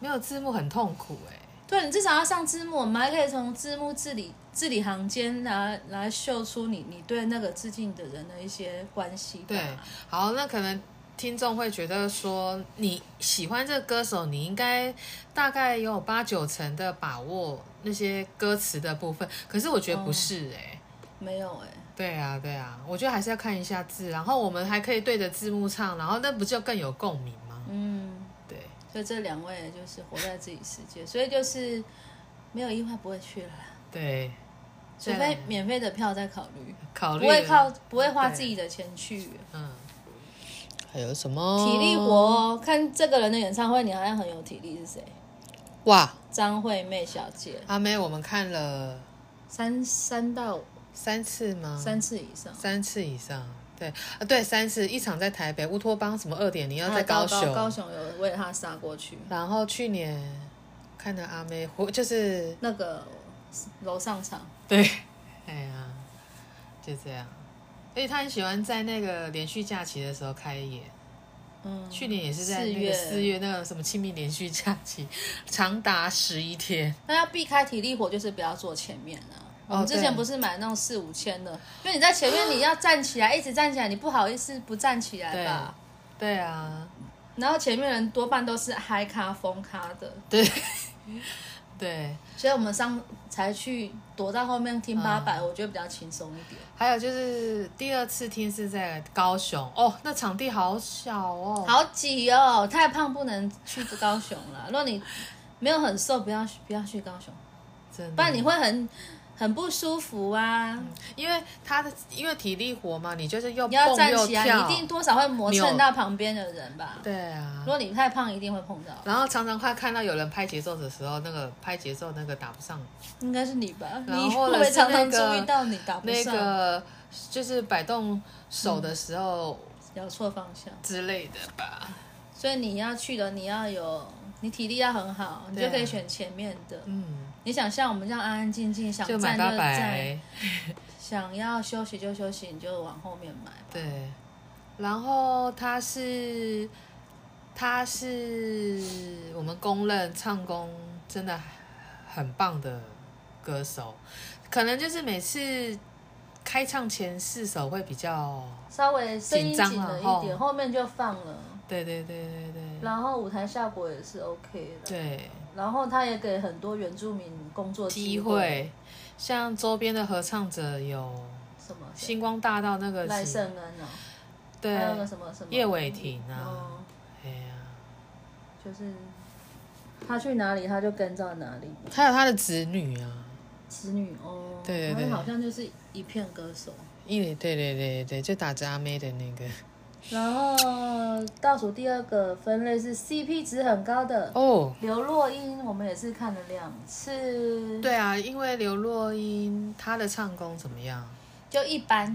Speaker 2: 没有字幕很痛苦哎、
Speaker 1: 对你至少要上字幕，我们还可以从字幕字里字里行间来来秀出你你对那个致敬的人的一些关系吧。
Speaker 2: 对，好，那可能听众会觉得说，你喜欢这个歌手，你应该大概有八九成的把握那些歌词的部分，可是我觉得不是哎、
Speaker 1: 没有哎、
Speaker 2: 对啊，对啊，我觉得还是要看一下字，然后我们还可以对着字幕唱，然后那不就更有共鸣吗？
Speaker 1: 嗯，
Speaker 2: 对，
Speaker 1: 所以这两位就是活在自己世界，所以就是没有意外不会去了啦，
Speaker 2: 对，
Speaker 1: 除
Speaker 2: 再
Speaker 1: 非
Speaker 2: 来
Speaker 1: 免费的票再考虑，
Speaker 2: 考
Speaker 1: 不
Speaker 2: 虑
Speaker 1: 会靠不会花自己的钱去。
Speaker 2: 嗯，还有什么
Speaker 1: 体力活、哦，看这个人的演唱会，你好像很有体力是谁？
Speaker 2: 哇？
Speaker 1: 张惠妹小姐，
Speaker 2: 阿妹，我们看了
Speaker 1: 三三到
Speaker 2: 三次吗？
Speaker 1: 三次以上。
Speaker 2: 三次以上，对啊，对，三次，一场在台北乌托邦什么二点零要
Speaker 1: 还
Speaker 2: 在
Speaker 1: 有
Speaker 2: 高雄，
Speaker 1: 啊高高雄有为他杀过去，
Speaker 2: 然后去年看的阿妹，我就是
Speaker 1: 那个楼上场，
Speaker 2: 对，哎呀，就这样。而且他很喜欢在那个连续假期的时候开演，
Speaker 1: 嗯，
Speaker 2: 去年也是在那
Speaker 1: 四月
Speaker 2: 个四月那个什么清明连续假期， 长达十一天。
Speaker 1: 那要避开体力活，就是不要坐前面啊。
Speaker 2: 哦
Speaker 1: 我们之前
Speaker 2: 对
Speaker 1: 不是买那种四五千的，因为你在前面你要站起来，一直站起来，你不好意思不站起来吧？
Speaker 2: 对啊，
Speaker 1: 然后前面人多半都是嗨咖疯咖的，
Speaker 2: 对，
Speaker 1: 所以我们上才去躲在后面听八百、我觉得比较轻松一点。
Speaker 2: 还有就是第二次听是在高雄哦，那场地好小哦，
Speaker 1: 好挤哦，太胖不能去高雄了。 如果你没有很瘦，不要去不要去高雄，
Speaker 2: 真的。
Speaker 1: 不然你会很很不舒服啊。
Speaker 2: 因为他的因为体力活嘛，你就是又
Speaker 1: 你
Speaker 2: 蹦
Speaker 1: 要站
Speaker 2: 又
Speaker 1: 起来，你
Speaker 2: 跳，
Speaker 1: 一定多少会磨蹭
Speaker 2: 扭
Speaker 1: 到旁边的人吧？
Speaker 2: 对啊
Speaker 1: 如。果你太胖，一定会碰到，
Speaker 2: 然后常常快看到有人拍节奏的时候，那个拍节奏那个打不上，
Speaker 1: 应该是你吧？
Speaker 2: 然后
Speaker 1: 你
Speaker 2: 或
Speaker 1: 会
Speaker 2: 者
Speaker 1: 不会
Speaker 2: 是
Speaker 1: 常常
Speaker 2: 那个
Speaker 1: 注意到你打不
Speaker 2: 那
Speaker 1: 上，
Speaker 2: 个就是摆动手的时候
Speaker 1: 咬错方向？
Speaker 2: 之类的吧。
Speaker 1: 所以你要去的，你要有，你体力要很好，你就
Speaker 2: 对啊
Speaker 1: 可以选前面的。
Speaker 2: 嗯，
Speaker 1: 你想像我们这样安安静静，想
Speaker 2: 就
Speaker 1: 啊站
Speaker 2: 买八
Speaker 1: 就站，
Speaker 2: 百，
Speaker 1: 想要休息就休息，你就往后面买吧。
Speaker 2: 对。然后他是他是我们公认唱功真的很棒的歌手，可能就是每次开唱前四首会比较，
Speaker 1: 稍微声音
Speaker 2: 紧张
Speaker 1: 紧了
Speaker 2: 了
Speaker 1: 一点，
Speaker 2: 哦
Speaker 1: 后面就放了。
Speaker 2: 对对对对对
Speaker 1: 然后舞台效果也是 OK 的，
Speaker 2: 对。
Speaker 1: 然后他也给很多原住民工作
Speaker 2: 机
Speaker 1: 会，
Speaker 2: 会，像周边的合唱者有
Speaker 1: 什么谁
Speaker 2: 星光大道那个
Speaker 1: 赖
Speaker 2: 是
Speaker 1: 圣恩哦，
Speaker 2: 对
Speaker 1: 还有个什么什么
Speaker 2: 叶伟霆啊，
Speaker 1: 哦，
Speaker 2: 哎呀，
Speaker 1: 就是他去哪里他就跟到哪里，
Speaker 2: 还有他的子女啊，
Speaker 1: 子女哦，
Speaker 2: 对对
Speaker 1: 他们
Speaker 2: 对
Speaker 1: 好像就是一片歌手。
Speaker 2: 一对对对对对，就打着阿妹的那个
Speaker 1: 然后倒数第二个分类是 CP 值很高的
Speaker 2: 哦，
Speaker 1: 刘若英，我们也是看了两次，
Speaker 2: 对啊，因为刘若英她的唱功怎么样？
Speaker 1: 就一般，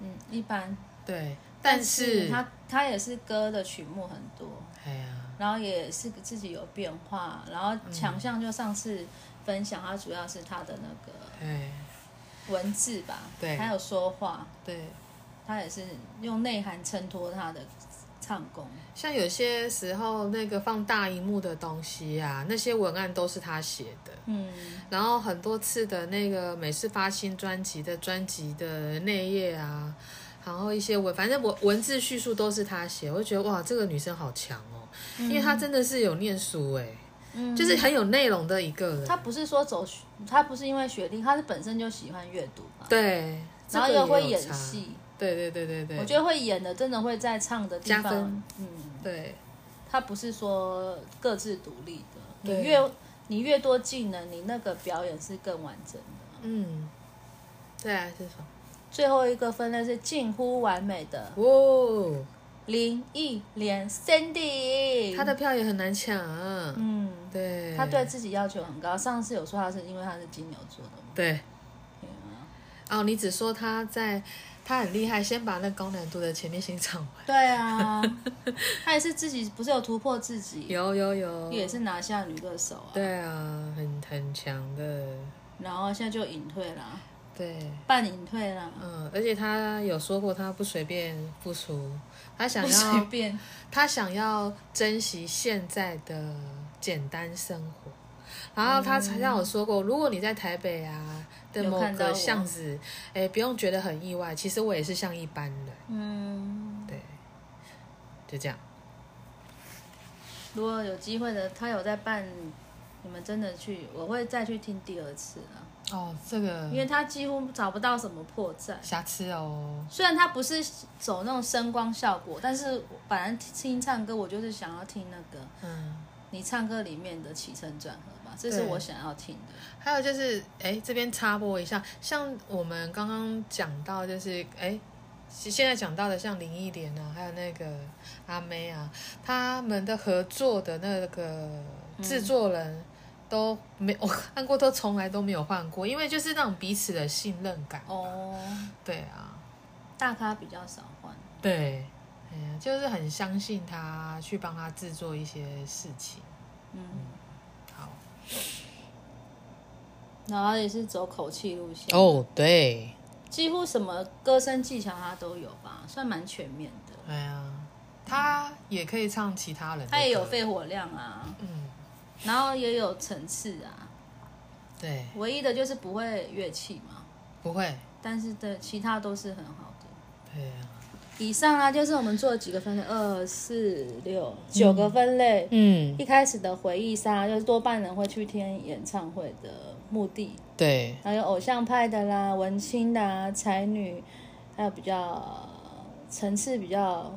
Speaker 1: 嗯，一般。
Speaker 2: 嗯对，但是
Speaker 1: 他他也是歌的曲目很多，
Speaker 2: 哎呀，
Speaker 1: 然后也是自己有变化，然后
Speaker 2: 嗯
Speaker 1: 强项就上次分享，他主要是他的那个
Speaker 2: 哎，
Speaker 1: 文字吧，
Speaker 2: 对
Speaker 1: 还有说话，
Speaker 2: 对，
Speaker 1: 他也是用内涵衬托他的唱功。
Speaker 2: 像有些时候那个放大荧幕的东西啊，那些文案都是她写的。
Speaker 1: 嗯，
Speaker 2: 然后很多次的那个每次发新专辑的专辑的内页啊，然后一些文，反正文文字叙述都是她写，我就觉得哇，这个女生好强哦，因为她真的是有念书哎、
Speaker 1: 嗯
Speaker 2: 就是很有内容的一个人。
Speaker 1: 他不是说走学，他不是因为学历，他是本身就喜欢阅读嘛，
Speaker 2: 对，
Speaker 1: 然后又
Speaker 2: 这个也
Speaker 1: 会
Speaker 2: 有
Speaker 1: 演
Speaker 2: 差，
Speaker 1: 戏。
Speaker 2: 对对对对对，
Speaker 1: 我觉得会演的真的会在唱的地
Speaker 2: 加
Speaker 1: 方
Speaker 2: 分，
Speaker 1: 嗯，
Speaker 2: 对
Speaker 1: 他不是说各自独立的，
Speaker 2: 对
Speaker 1: 你越你越多技能，你那个表演是更完整的。
Speaker 2: 嗯，对啊，是什么？
Speaker 1: 最后一个分类是近乎完美的嗯
Speaker 2: 哦，
Speaker 1: 林忆莲 Cindy，
Speaker 2: 她的票也很难抢，啊
Speaker 1: 嗯，
Speaker 2: 对，
Speaker 1: 她对自己要求很高。上次有说她是因为她是金牛座的嘛，
Speaker 2: 对。
Speaker 1: 对啊
Speaker 2: 哦，你只说他在，他很厉害，先把那高难度的前面先唱完。
Speaker 1: 对啊， 她也是自己不是有突破自己，
Speaker 2: 有有有，
Speaker 1: 也是拿下女歌手啊，
Speaker 2: 对啊，很很强的，
Speaker 1: 然后现在就隐退啦，
Speaker 2: 对，
Speaker 1: 半隐退啦，
Speaker 2: 嗯，而且他有说过，他不随便付出，他想
Speaker 1: 不随
Speaker 2: 要
Speaker 1: 便，
Speaker 2: 他想要珍惜现在的简单生活。然后他曾让我说过，如果你在台北啊的
Speaker 1: 有
Speaker 2: 某
Speaker 1: 看到
Speaker 2: 个
Speaker 1: 我
Speaker 2: 巷子，哎，不用觉得很意外，其实我也是像一般人，
Speaker 1: 嗯。
Speaker 2: 对，就这样。
Speaker 1: 如果有机会的，他有在办，你们真的去，我会再去听第二次啊，
Speaker 2: 哦，这个
Speaker 1: 因为他几乎找不到什么破绽。
Speaker 2: 瑕疵哦。
Speaker 1: 虽然他不是走那种声光效果，但是我反正听唱歌，我就是想要听那个
Speaker 2: 嗯，
Speaker 1: 你唱歌里面的起承转合吧，这是
Speaker 2: 对
Speaker 1: 我想要听的。
Speaker 2: 还有就是，哎，这边插播一下，像我们刚刚讲到，就是哎，其现在讲到的像林忆莲啊，还有那个阿妹啊，他们的合作的那个
Speaker 1: 嗯
Speaker 2: 制作人。都没有我看过，都从来都没有换过，因为就是那种彼此的信任感。
Speaker 1: 哦，
Speaker 2: 对啊，
Speaker 1: 大咖比较少换，
Speaker 2: 对，哎呀，就是很相信他，去帮他制作一些事情。
Speaker 1: 嗯，
Speaker 2: 好
Speaker 1: 然后也是走口气路线，
Speaker 2: 哦，对，
Speaker 1: 几乎什么歌声技巧他都有吧，算蛮全面的。
Speaker 2: 哎呀，他也可以唱其他人的歌，
Speaker 1: 他也有肺活量啊，
Speaker 2: 嗯，
Speaker 1: 然后也有层次啊，
Speaker 2: 对，
Speaker 1: 唯一的就是不会乐器嘛，
Speaker 2: 不会，
Speaker 1: 但是的其他都是很好的。
Speaker 2: 对啊，
Speaker 1: 以上啊，就是我们做几个分类，二四六九个分类。
Speaker 2: 嗯，
Speaker 1: 一开始的回忆杀就是多半人会去听演唱会的目的，
Speaker 2: 对，
Speaker 1: 还有偶像派的啦、文青的啊、才女，还有比较层次比较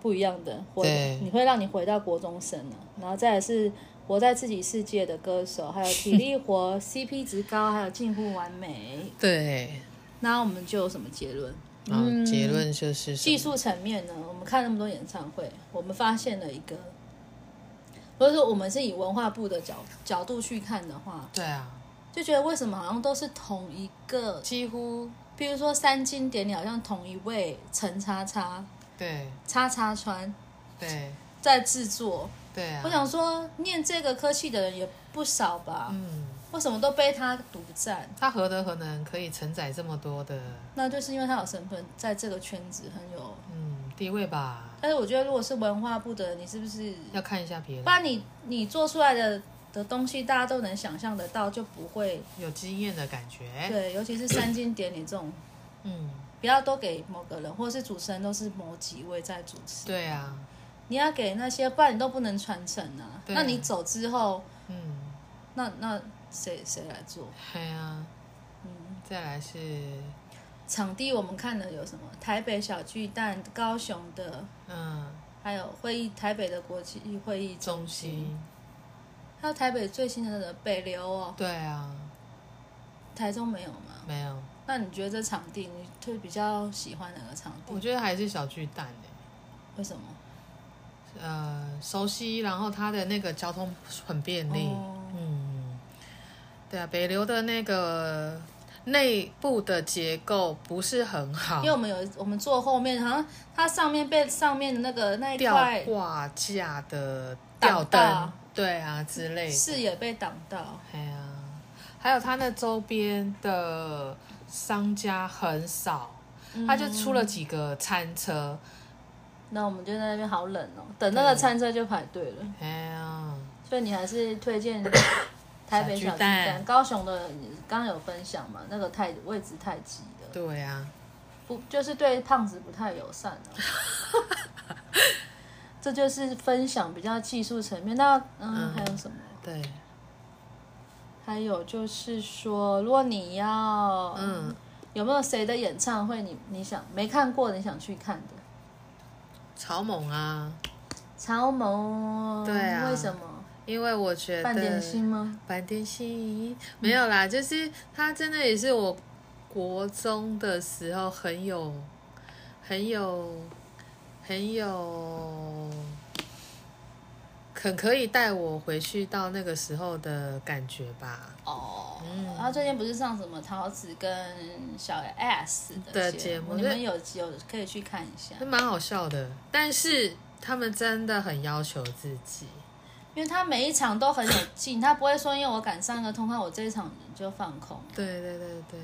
Speaker 1: 不一样的，回
Speaker 2: 对
Speaker 1: 你会让你回到国中生啊，然后再来是活在自己世界的歌手，还有体力 活、CP 值高，还有近乎完美。
Speaker 2: 对，
Speaker 1: 那我们就有什么结论？
Speaker 2: 然后结论就是什么
Speaker 1: 技术层面呢，我们看那么多演唱会，我们发现了一个，如果说我们是以文化部的角角度去看的话，
Speaker 2: 对啊，
Speaker 1: 就觉得为什么好像都是同一个，
Speaker 2: 几乎
Speaker 1: 比如说三金典礼好像同一位陈叉叉
Speaker 2: 对
Speaker 1: 叉叉川
Speaker 2: 对
Speaker 1: 在制作。
Speaker 2: 对啊，
Speaker 1: 我想说，念这个科系的人也不少吧，
Speaker 2: 嗯，
Speaker 1: 为什么都被他独占？
Speaker 2: 他何德何能可以承载这么多的
Speaker 1: 那就是因为他有身份，在这个圈子很有。
Speaker 2: 嗯地位吧？
Speaker 1: 但是我觉得，如果是文化部的人，你是不是
Speaker 2: 要看一下别人
Speaker 1: 不然你你做出来的的东西，大家都能想象得到，就不会
Speaker 2: 有经验的感觉，
Speaker 1: 对，尤其是三金典礼这种，
Speaker 2: 嗯，
Speaker 1: 不要都给某个人，或者是主持人都是某几位在主持，
Speaker 2: 对啊，
Speaker 1: 你要给那些，不然你都不能传承啊。
Speaker 2: 对
Speaker 1: 那
Speaker 2: 啊
Speaker 1: 你走之后，
Speaker 2: 嗯，
Speaker 1: 那那谁谁来做？
Speaker 2: 对啊，
Speaker 1: 嗯，
Speaker 2: 再来是
Speaker 1: 场地我们看了有什么？台北小巨蛋、高雄的，
Speaker 2: 嗯
Speaker 1: 还有会议台北的国际会议中
Speaker 2: 中
Speaker 1: 心，
Speaker 2: 心，
Speaker 1: 还有台北最新的那个北流哦，
Speaker 2: 对啊，
Speaker 1: 台中没有吗？
Speaker 2: 没有，
Speaker 1: 那你觉得这场地，你会比较喜欢哪个场
Speaker 2: 我
Speaker 1: 地？
Speaker 2: 觉得还是小巨蛋欸
Speaker 1: 为什么？
Speaker 2: 呃熟悉，然后它的那个交通很便利。
Speaker 1: 哦
Speaker 2: 嗯，对啊，北流的那个内部的结构不是很好
Speaker 1: 因为，我们有我们坐后面，好像它上面被上面的那个那一
Speaker 2: 吊
Speaker 1: 块
Speaker 2: 挂架的吊
Speaker 1: 挡到
Speaker 2: 灯，对啊之类的。
Speaker 1: 视野被挡到，
Speaker 2: 哎呀、还有它那周边的商家很少，
Speaker 1: 嗯
Speaker 2: 它就出了几个餐车。
Speaker 1: 那我们就在那边好冷哦，等那个餐车就排队了。
Speaker 2: 哎呀、
Speaker 1: 所以你还是推 荐台北小巨
Speaker 2: 小巨蛋
Speaker 1: 蛋、高雄的，你刚刚有分享嘛？那个太位置太挤了，
Speaker 2: 对啊，
Speaker 1: 不就是对胖子不太友善 了、这就是分享比较技术层面。那嗯，
Speaker 2: 嗯
Speaker 1: 还有什么？
Speaker 2: 对，
Speaker 1: 还有就是说，如果你要，
Speaker 2: 嗯，
Speaker 1: 有没有谁的演唱会你你想没看过，你想去看的？
Speaker 2: 草蜢啊，
Speaker 1: 超萌，
Speaker 2: 对啊
Speaker 1: 为什么？
Speaker 2: 因为我觉得
Speaker 1: 半点心吗？
Speaker 2: 白天心没有啦，就是他真的也是我国中的时候很有、很有、很有，很可以带我回去到那个时候的感觉吧
Speaker 1: 哦，然后最近不是上什么桃子跟小 S 的
Speaker 2: 的节目
Speaker 1: 你们
Speaker 2: 对
Speaker 1: 有有可以去看一下，
Speaker 2: 还蛮好笑的。但是他们真的很要求自己，
Speaker 1: 因为他每一场都很有劲，他不会说因为我赶上个通告，我这一场就放空，
Speaker 2: 对对对对，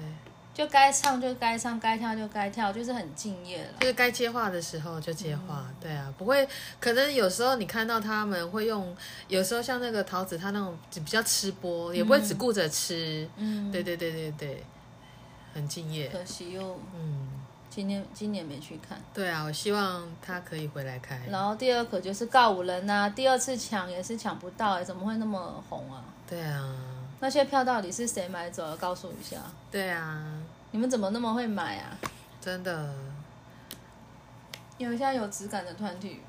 Speaker 1: 就该唱就该唱，该跳就该跳，就是很敬业了。
Speaker 2: 就是该接话的时候就接话，
Speaker 1: 嗯
Speaker 2: 对啊，不会，可能有时候你看到他们会用，有时候像那个桃子，她那种比较吃播，也不会只顾着吃，
Speaker 1: 嗯，
Speaker 2: 对对对对对，很敬业，
Speaker 1: 可惜又
Speaker 2: 嗯，
Speaker 1: 今天今年没去看。
Speaker 2: 对啊，我希望他可以回来开，
Speaker 1: 然后第二可就是告五人呐、第二次抢也是抢不到、欸，怎么会那么红啊？
Speaker 2: 对啊，
Speaker 1: 那些票到底是谁买走的？告诉我一下，
Speaker 2: 对啊，
Speaker 1: 你们怎么那么会买啊？
Speaker 2: 真的
Speaker 1: 有一下有质感的团体，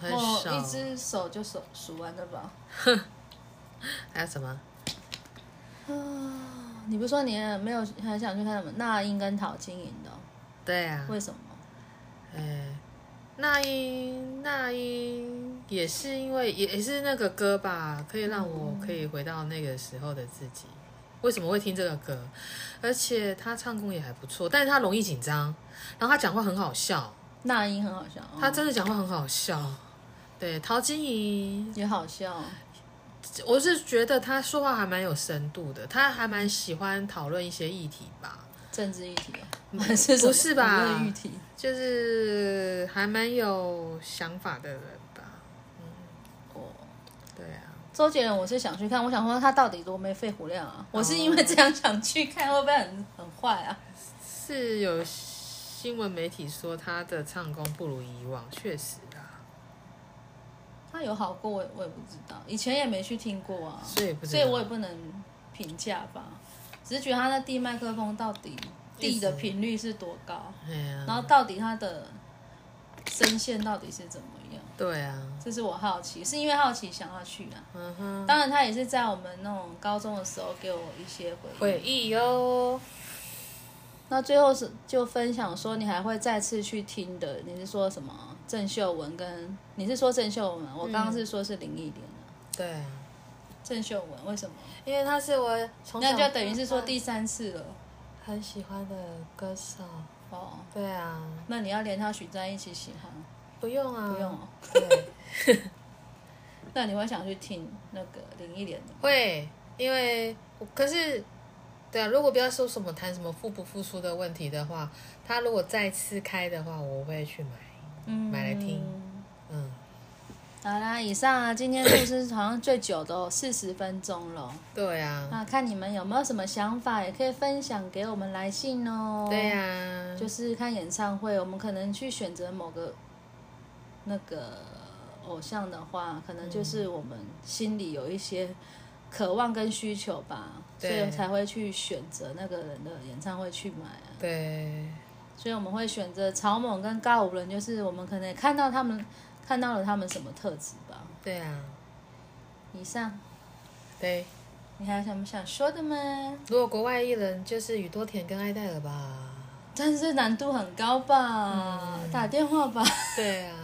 Speaker 2: 很
Speaker 1: 我
Speaker 2: 少，
Speaker 1: 一只手就手数完了吧？
Speaker 2: 还有什么？
Speaker 1: 啊，你不是说你没有很想去看什么那英跟陶晶莹的哦、
Speaker 2: 对啊，
Speaker 1: 为什么？
Speaker 2: 哎，那英那英也是因为也也是那个歌吧，可以让我可以回到那个时候的自己。为什么会听这个歌？而且他唱功也还不错，但是他容易紧张，然后他讲话很好笑，
Speaker 1: 那英很好笑，哦
Speaker 2: 他真的讲话很好笑。对，陶晶莹，
Speaker 1: 也好笑，
Speaker 2: 我是觉得他说话还蛮有深度的，他还蛮喜欢讨论一些议题吧，
Speaker 1: 政治议题哦，还是什么
Speaker 2: 不是吧
Speaker 1: 舆论议题？
Speaker 2: 就是还蛮有想法的人吧。
Speaker 1: 哦。
Speaker 2: 对啊，
Speaker 1: 周杰伦我是想去看，我想说他到底多没肺活量
Speaker 2: 哦
Speaker 1: 啊！我是因为这样想去看，会不会很很坏啊？
Speaker 2: 是有新闻媒体说他的唱功不如以往，确实啊啦，
Speaker 1: 他有好过我，我也不知道，以前也没去听过啊，
Speaker 2: 所以不知
Speaker 1: 所以
Speaker 2: 道
Speaker 1: 我也不能评价吧，只是觉得他那递麦克风到底递的频率是多高，
Speaker 2: 哎呀、
Speaker 1: 然后到底他的声线到底是怎么样，
Speaker 2: 对啊，
Speaker 1: 这是我好奇，是因为好奇想要去啊。
Speaker 2: 嗯哼，
Speaker 1: 当然，他也是在我们那种高中的时候给我一些回忆。
Speaker 2: 回忆哟，
Speaker 1: 哦那最后是就分享说，你还会再次去听的？你是说什么？郑秀文跟你是说郑秀
Speaker 2: 嗯
Speaker 1: 文吗？我刚刚是说是林忆莲啊。
Speaker 2: 对啊，
Speaker 1: 郑秀文为什么？
Speaker 2: 因为他是我从小
Speaker 1: 那就等于是说第三次了。
Speaker 2: 很喜欢的歌手，
Speaker 1: 哦，
Speaker 2: 对啊，
Speaker 1: 那你要连他许在一起喜欢？
Speaker 2: 不用啊，
Speaker 1: 不用哦，
Speaker 2: 对，
Speaker 1: 那你会想去听那个林忆莲的吗？
Speaker 2: 会，因为我可是，对啊，如果不要说什么谈什么付不付出的问题的话，他如果再次开的话，我会去买。
Speaker 1: 嗯
Speaker 2: 买来听。嗯，
Speaker 1: 好啦，以上啊，今天录是好像最久的哦， 四十分钟了哦。
Speaker 2: 对啊，
Speaker 1: 那看你们有没有什么想法，也可以分享给我们来信哦。
Speaker 2: 对啊，
Speaker 1: 就是看演唱会，我们可能去选择某个那个偶像的话，可能就是我们心里有一些渴望跟需求吧，所
Speaker 2: 对
Speaker 1: 以才会去选择那个人的演唱会去买啊。
Speaker 2: 对，
Speaker 1: 所以我们会选择草蜢跟高五人，就是我们可能也看到他们看到了他们什么特质吧。
Speaker 2: 对啊，
Speaker 1: 以上，
Speaker 2: 对。
Speaker 1: 你还有什么想说的吗？
Speaker 2: 如果国外艺人就是宇多田跟艾黛尔吧，
Speaker 1: 但是难度很高吧，打电话吧。
Speaker 2: 对啊，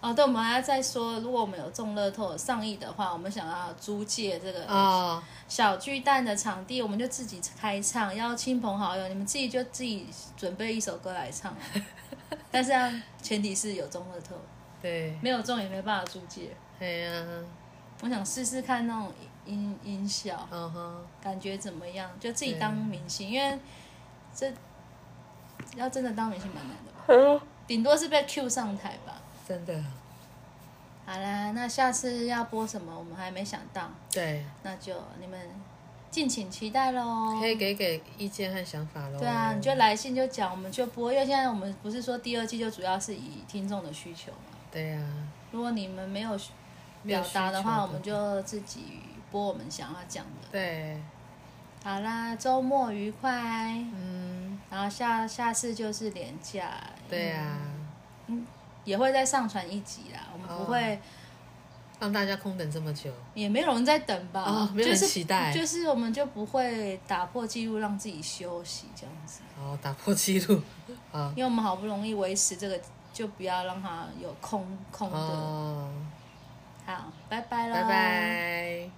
Speaker 1: 哦，对，我们还要再说，如果我们有中乐透上亿的话，我们想要租借这个
Speaker 2: 哦，
Speaker 1: 小巨蛋的场地，我们就自己开唱，邀亲朋好友，你们自己就自己准备一首歌来唱啊。但是要前提是有中乐透，
Speaker 2: 对，
Speaker 1: 没有中也没办法租借。
Speaker 2: 哎呀，
Speaker 1: 我想试试看那种音音效，
Speaker 2: 嗯哼，
Speaker 1: 感觉怎么样？就自己
Speaker 2: 对
Speaker 1: 当明星，因为这要真的当明星蛮难的 吧，
Speaker 2: 嗯
Speaker 1: 顶多是被 Q 上台吧。
Speaker 2: 真的，
Speaker 1: 好啦，那下次要播什么，我们还没想到，
Speaker 2: 对，
Speaker 1: 那就你们敬请期待喽
Speaker 2: 可。以给给意见和想法喽。
Speaker 1: 哦对啊，你就来信就讲，我们就播，因为现在我们不是说第二季就主要是以听众的需求嘛。
Speaker 2: 对啊，
Speaker 1: 如果你们没有
Speaker 2: 没有
Speaker 1: 表达的话，
Speaker 2: 需求
Speaker 1: 我们就自己播我们想要讲的。
Speaker 2: 对，
Speaker 1: 好啦，周末愉快，
Speaker 2: 嗯，
Speaker 1: 然后下下次就是连假，
Speaker 2: 对啊，
Speaker 1: 也会再上传一集啦。我们不
Speaker 2: 哦
Speaker 1: 会，
Speaker 2: 让大家空等这么久，
Speaker 1: 也没有人在等吧？
Speaker 2: 哦没有人
Speaker 1: 就是
Speaker 2: 期待
Speaker 1: 就是我们就不会打破记录让自己休息这样子，
Speaker 2: 好哦打破记录，啊，
Speaker 1: 因为我们好不容易维持这个，就不要让 它有空空的。
Speaker 2: 哦，
Speaker 1: 好，拜拜喽，
Speaker 2: 拜拜。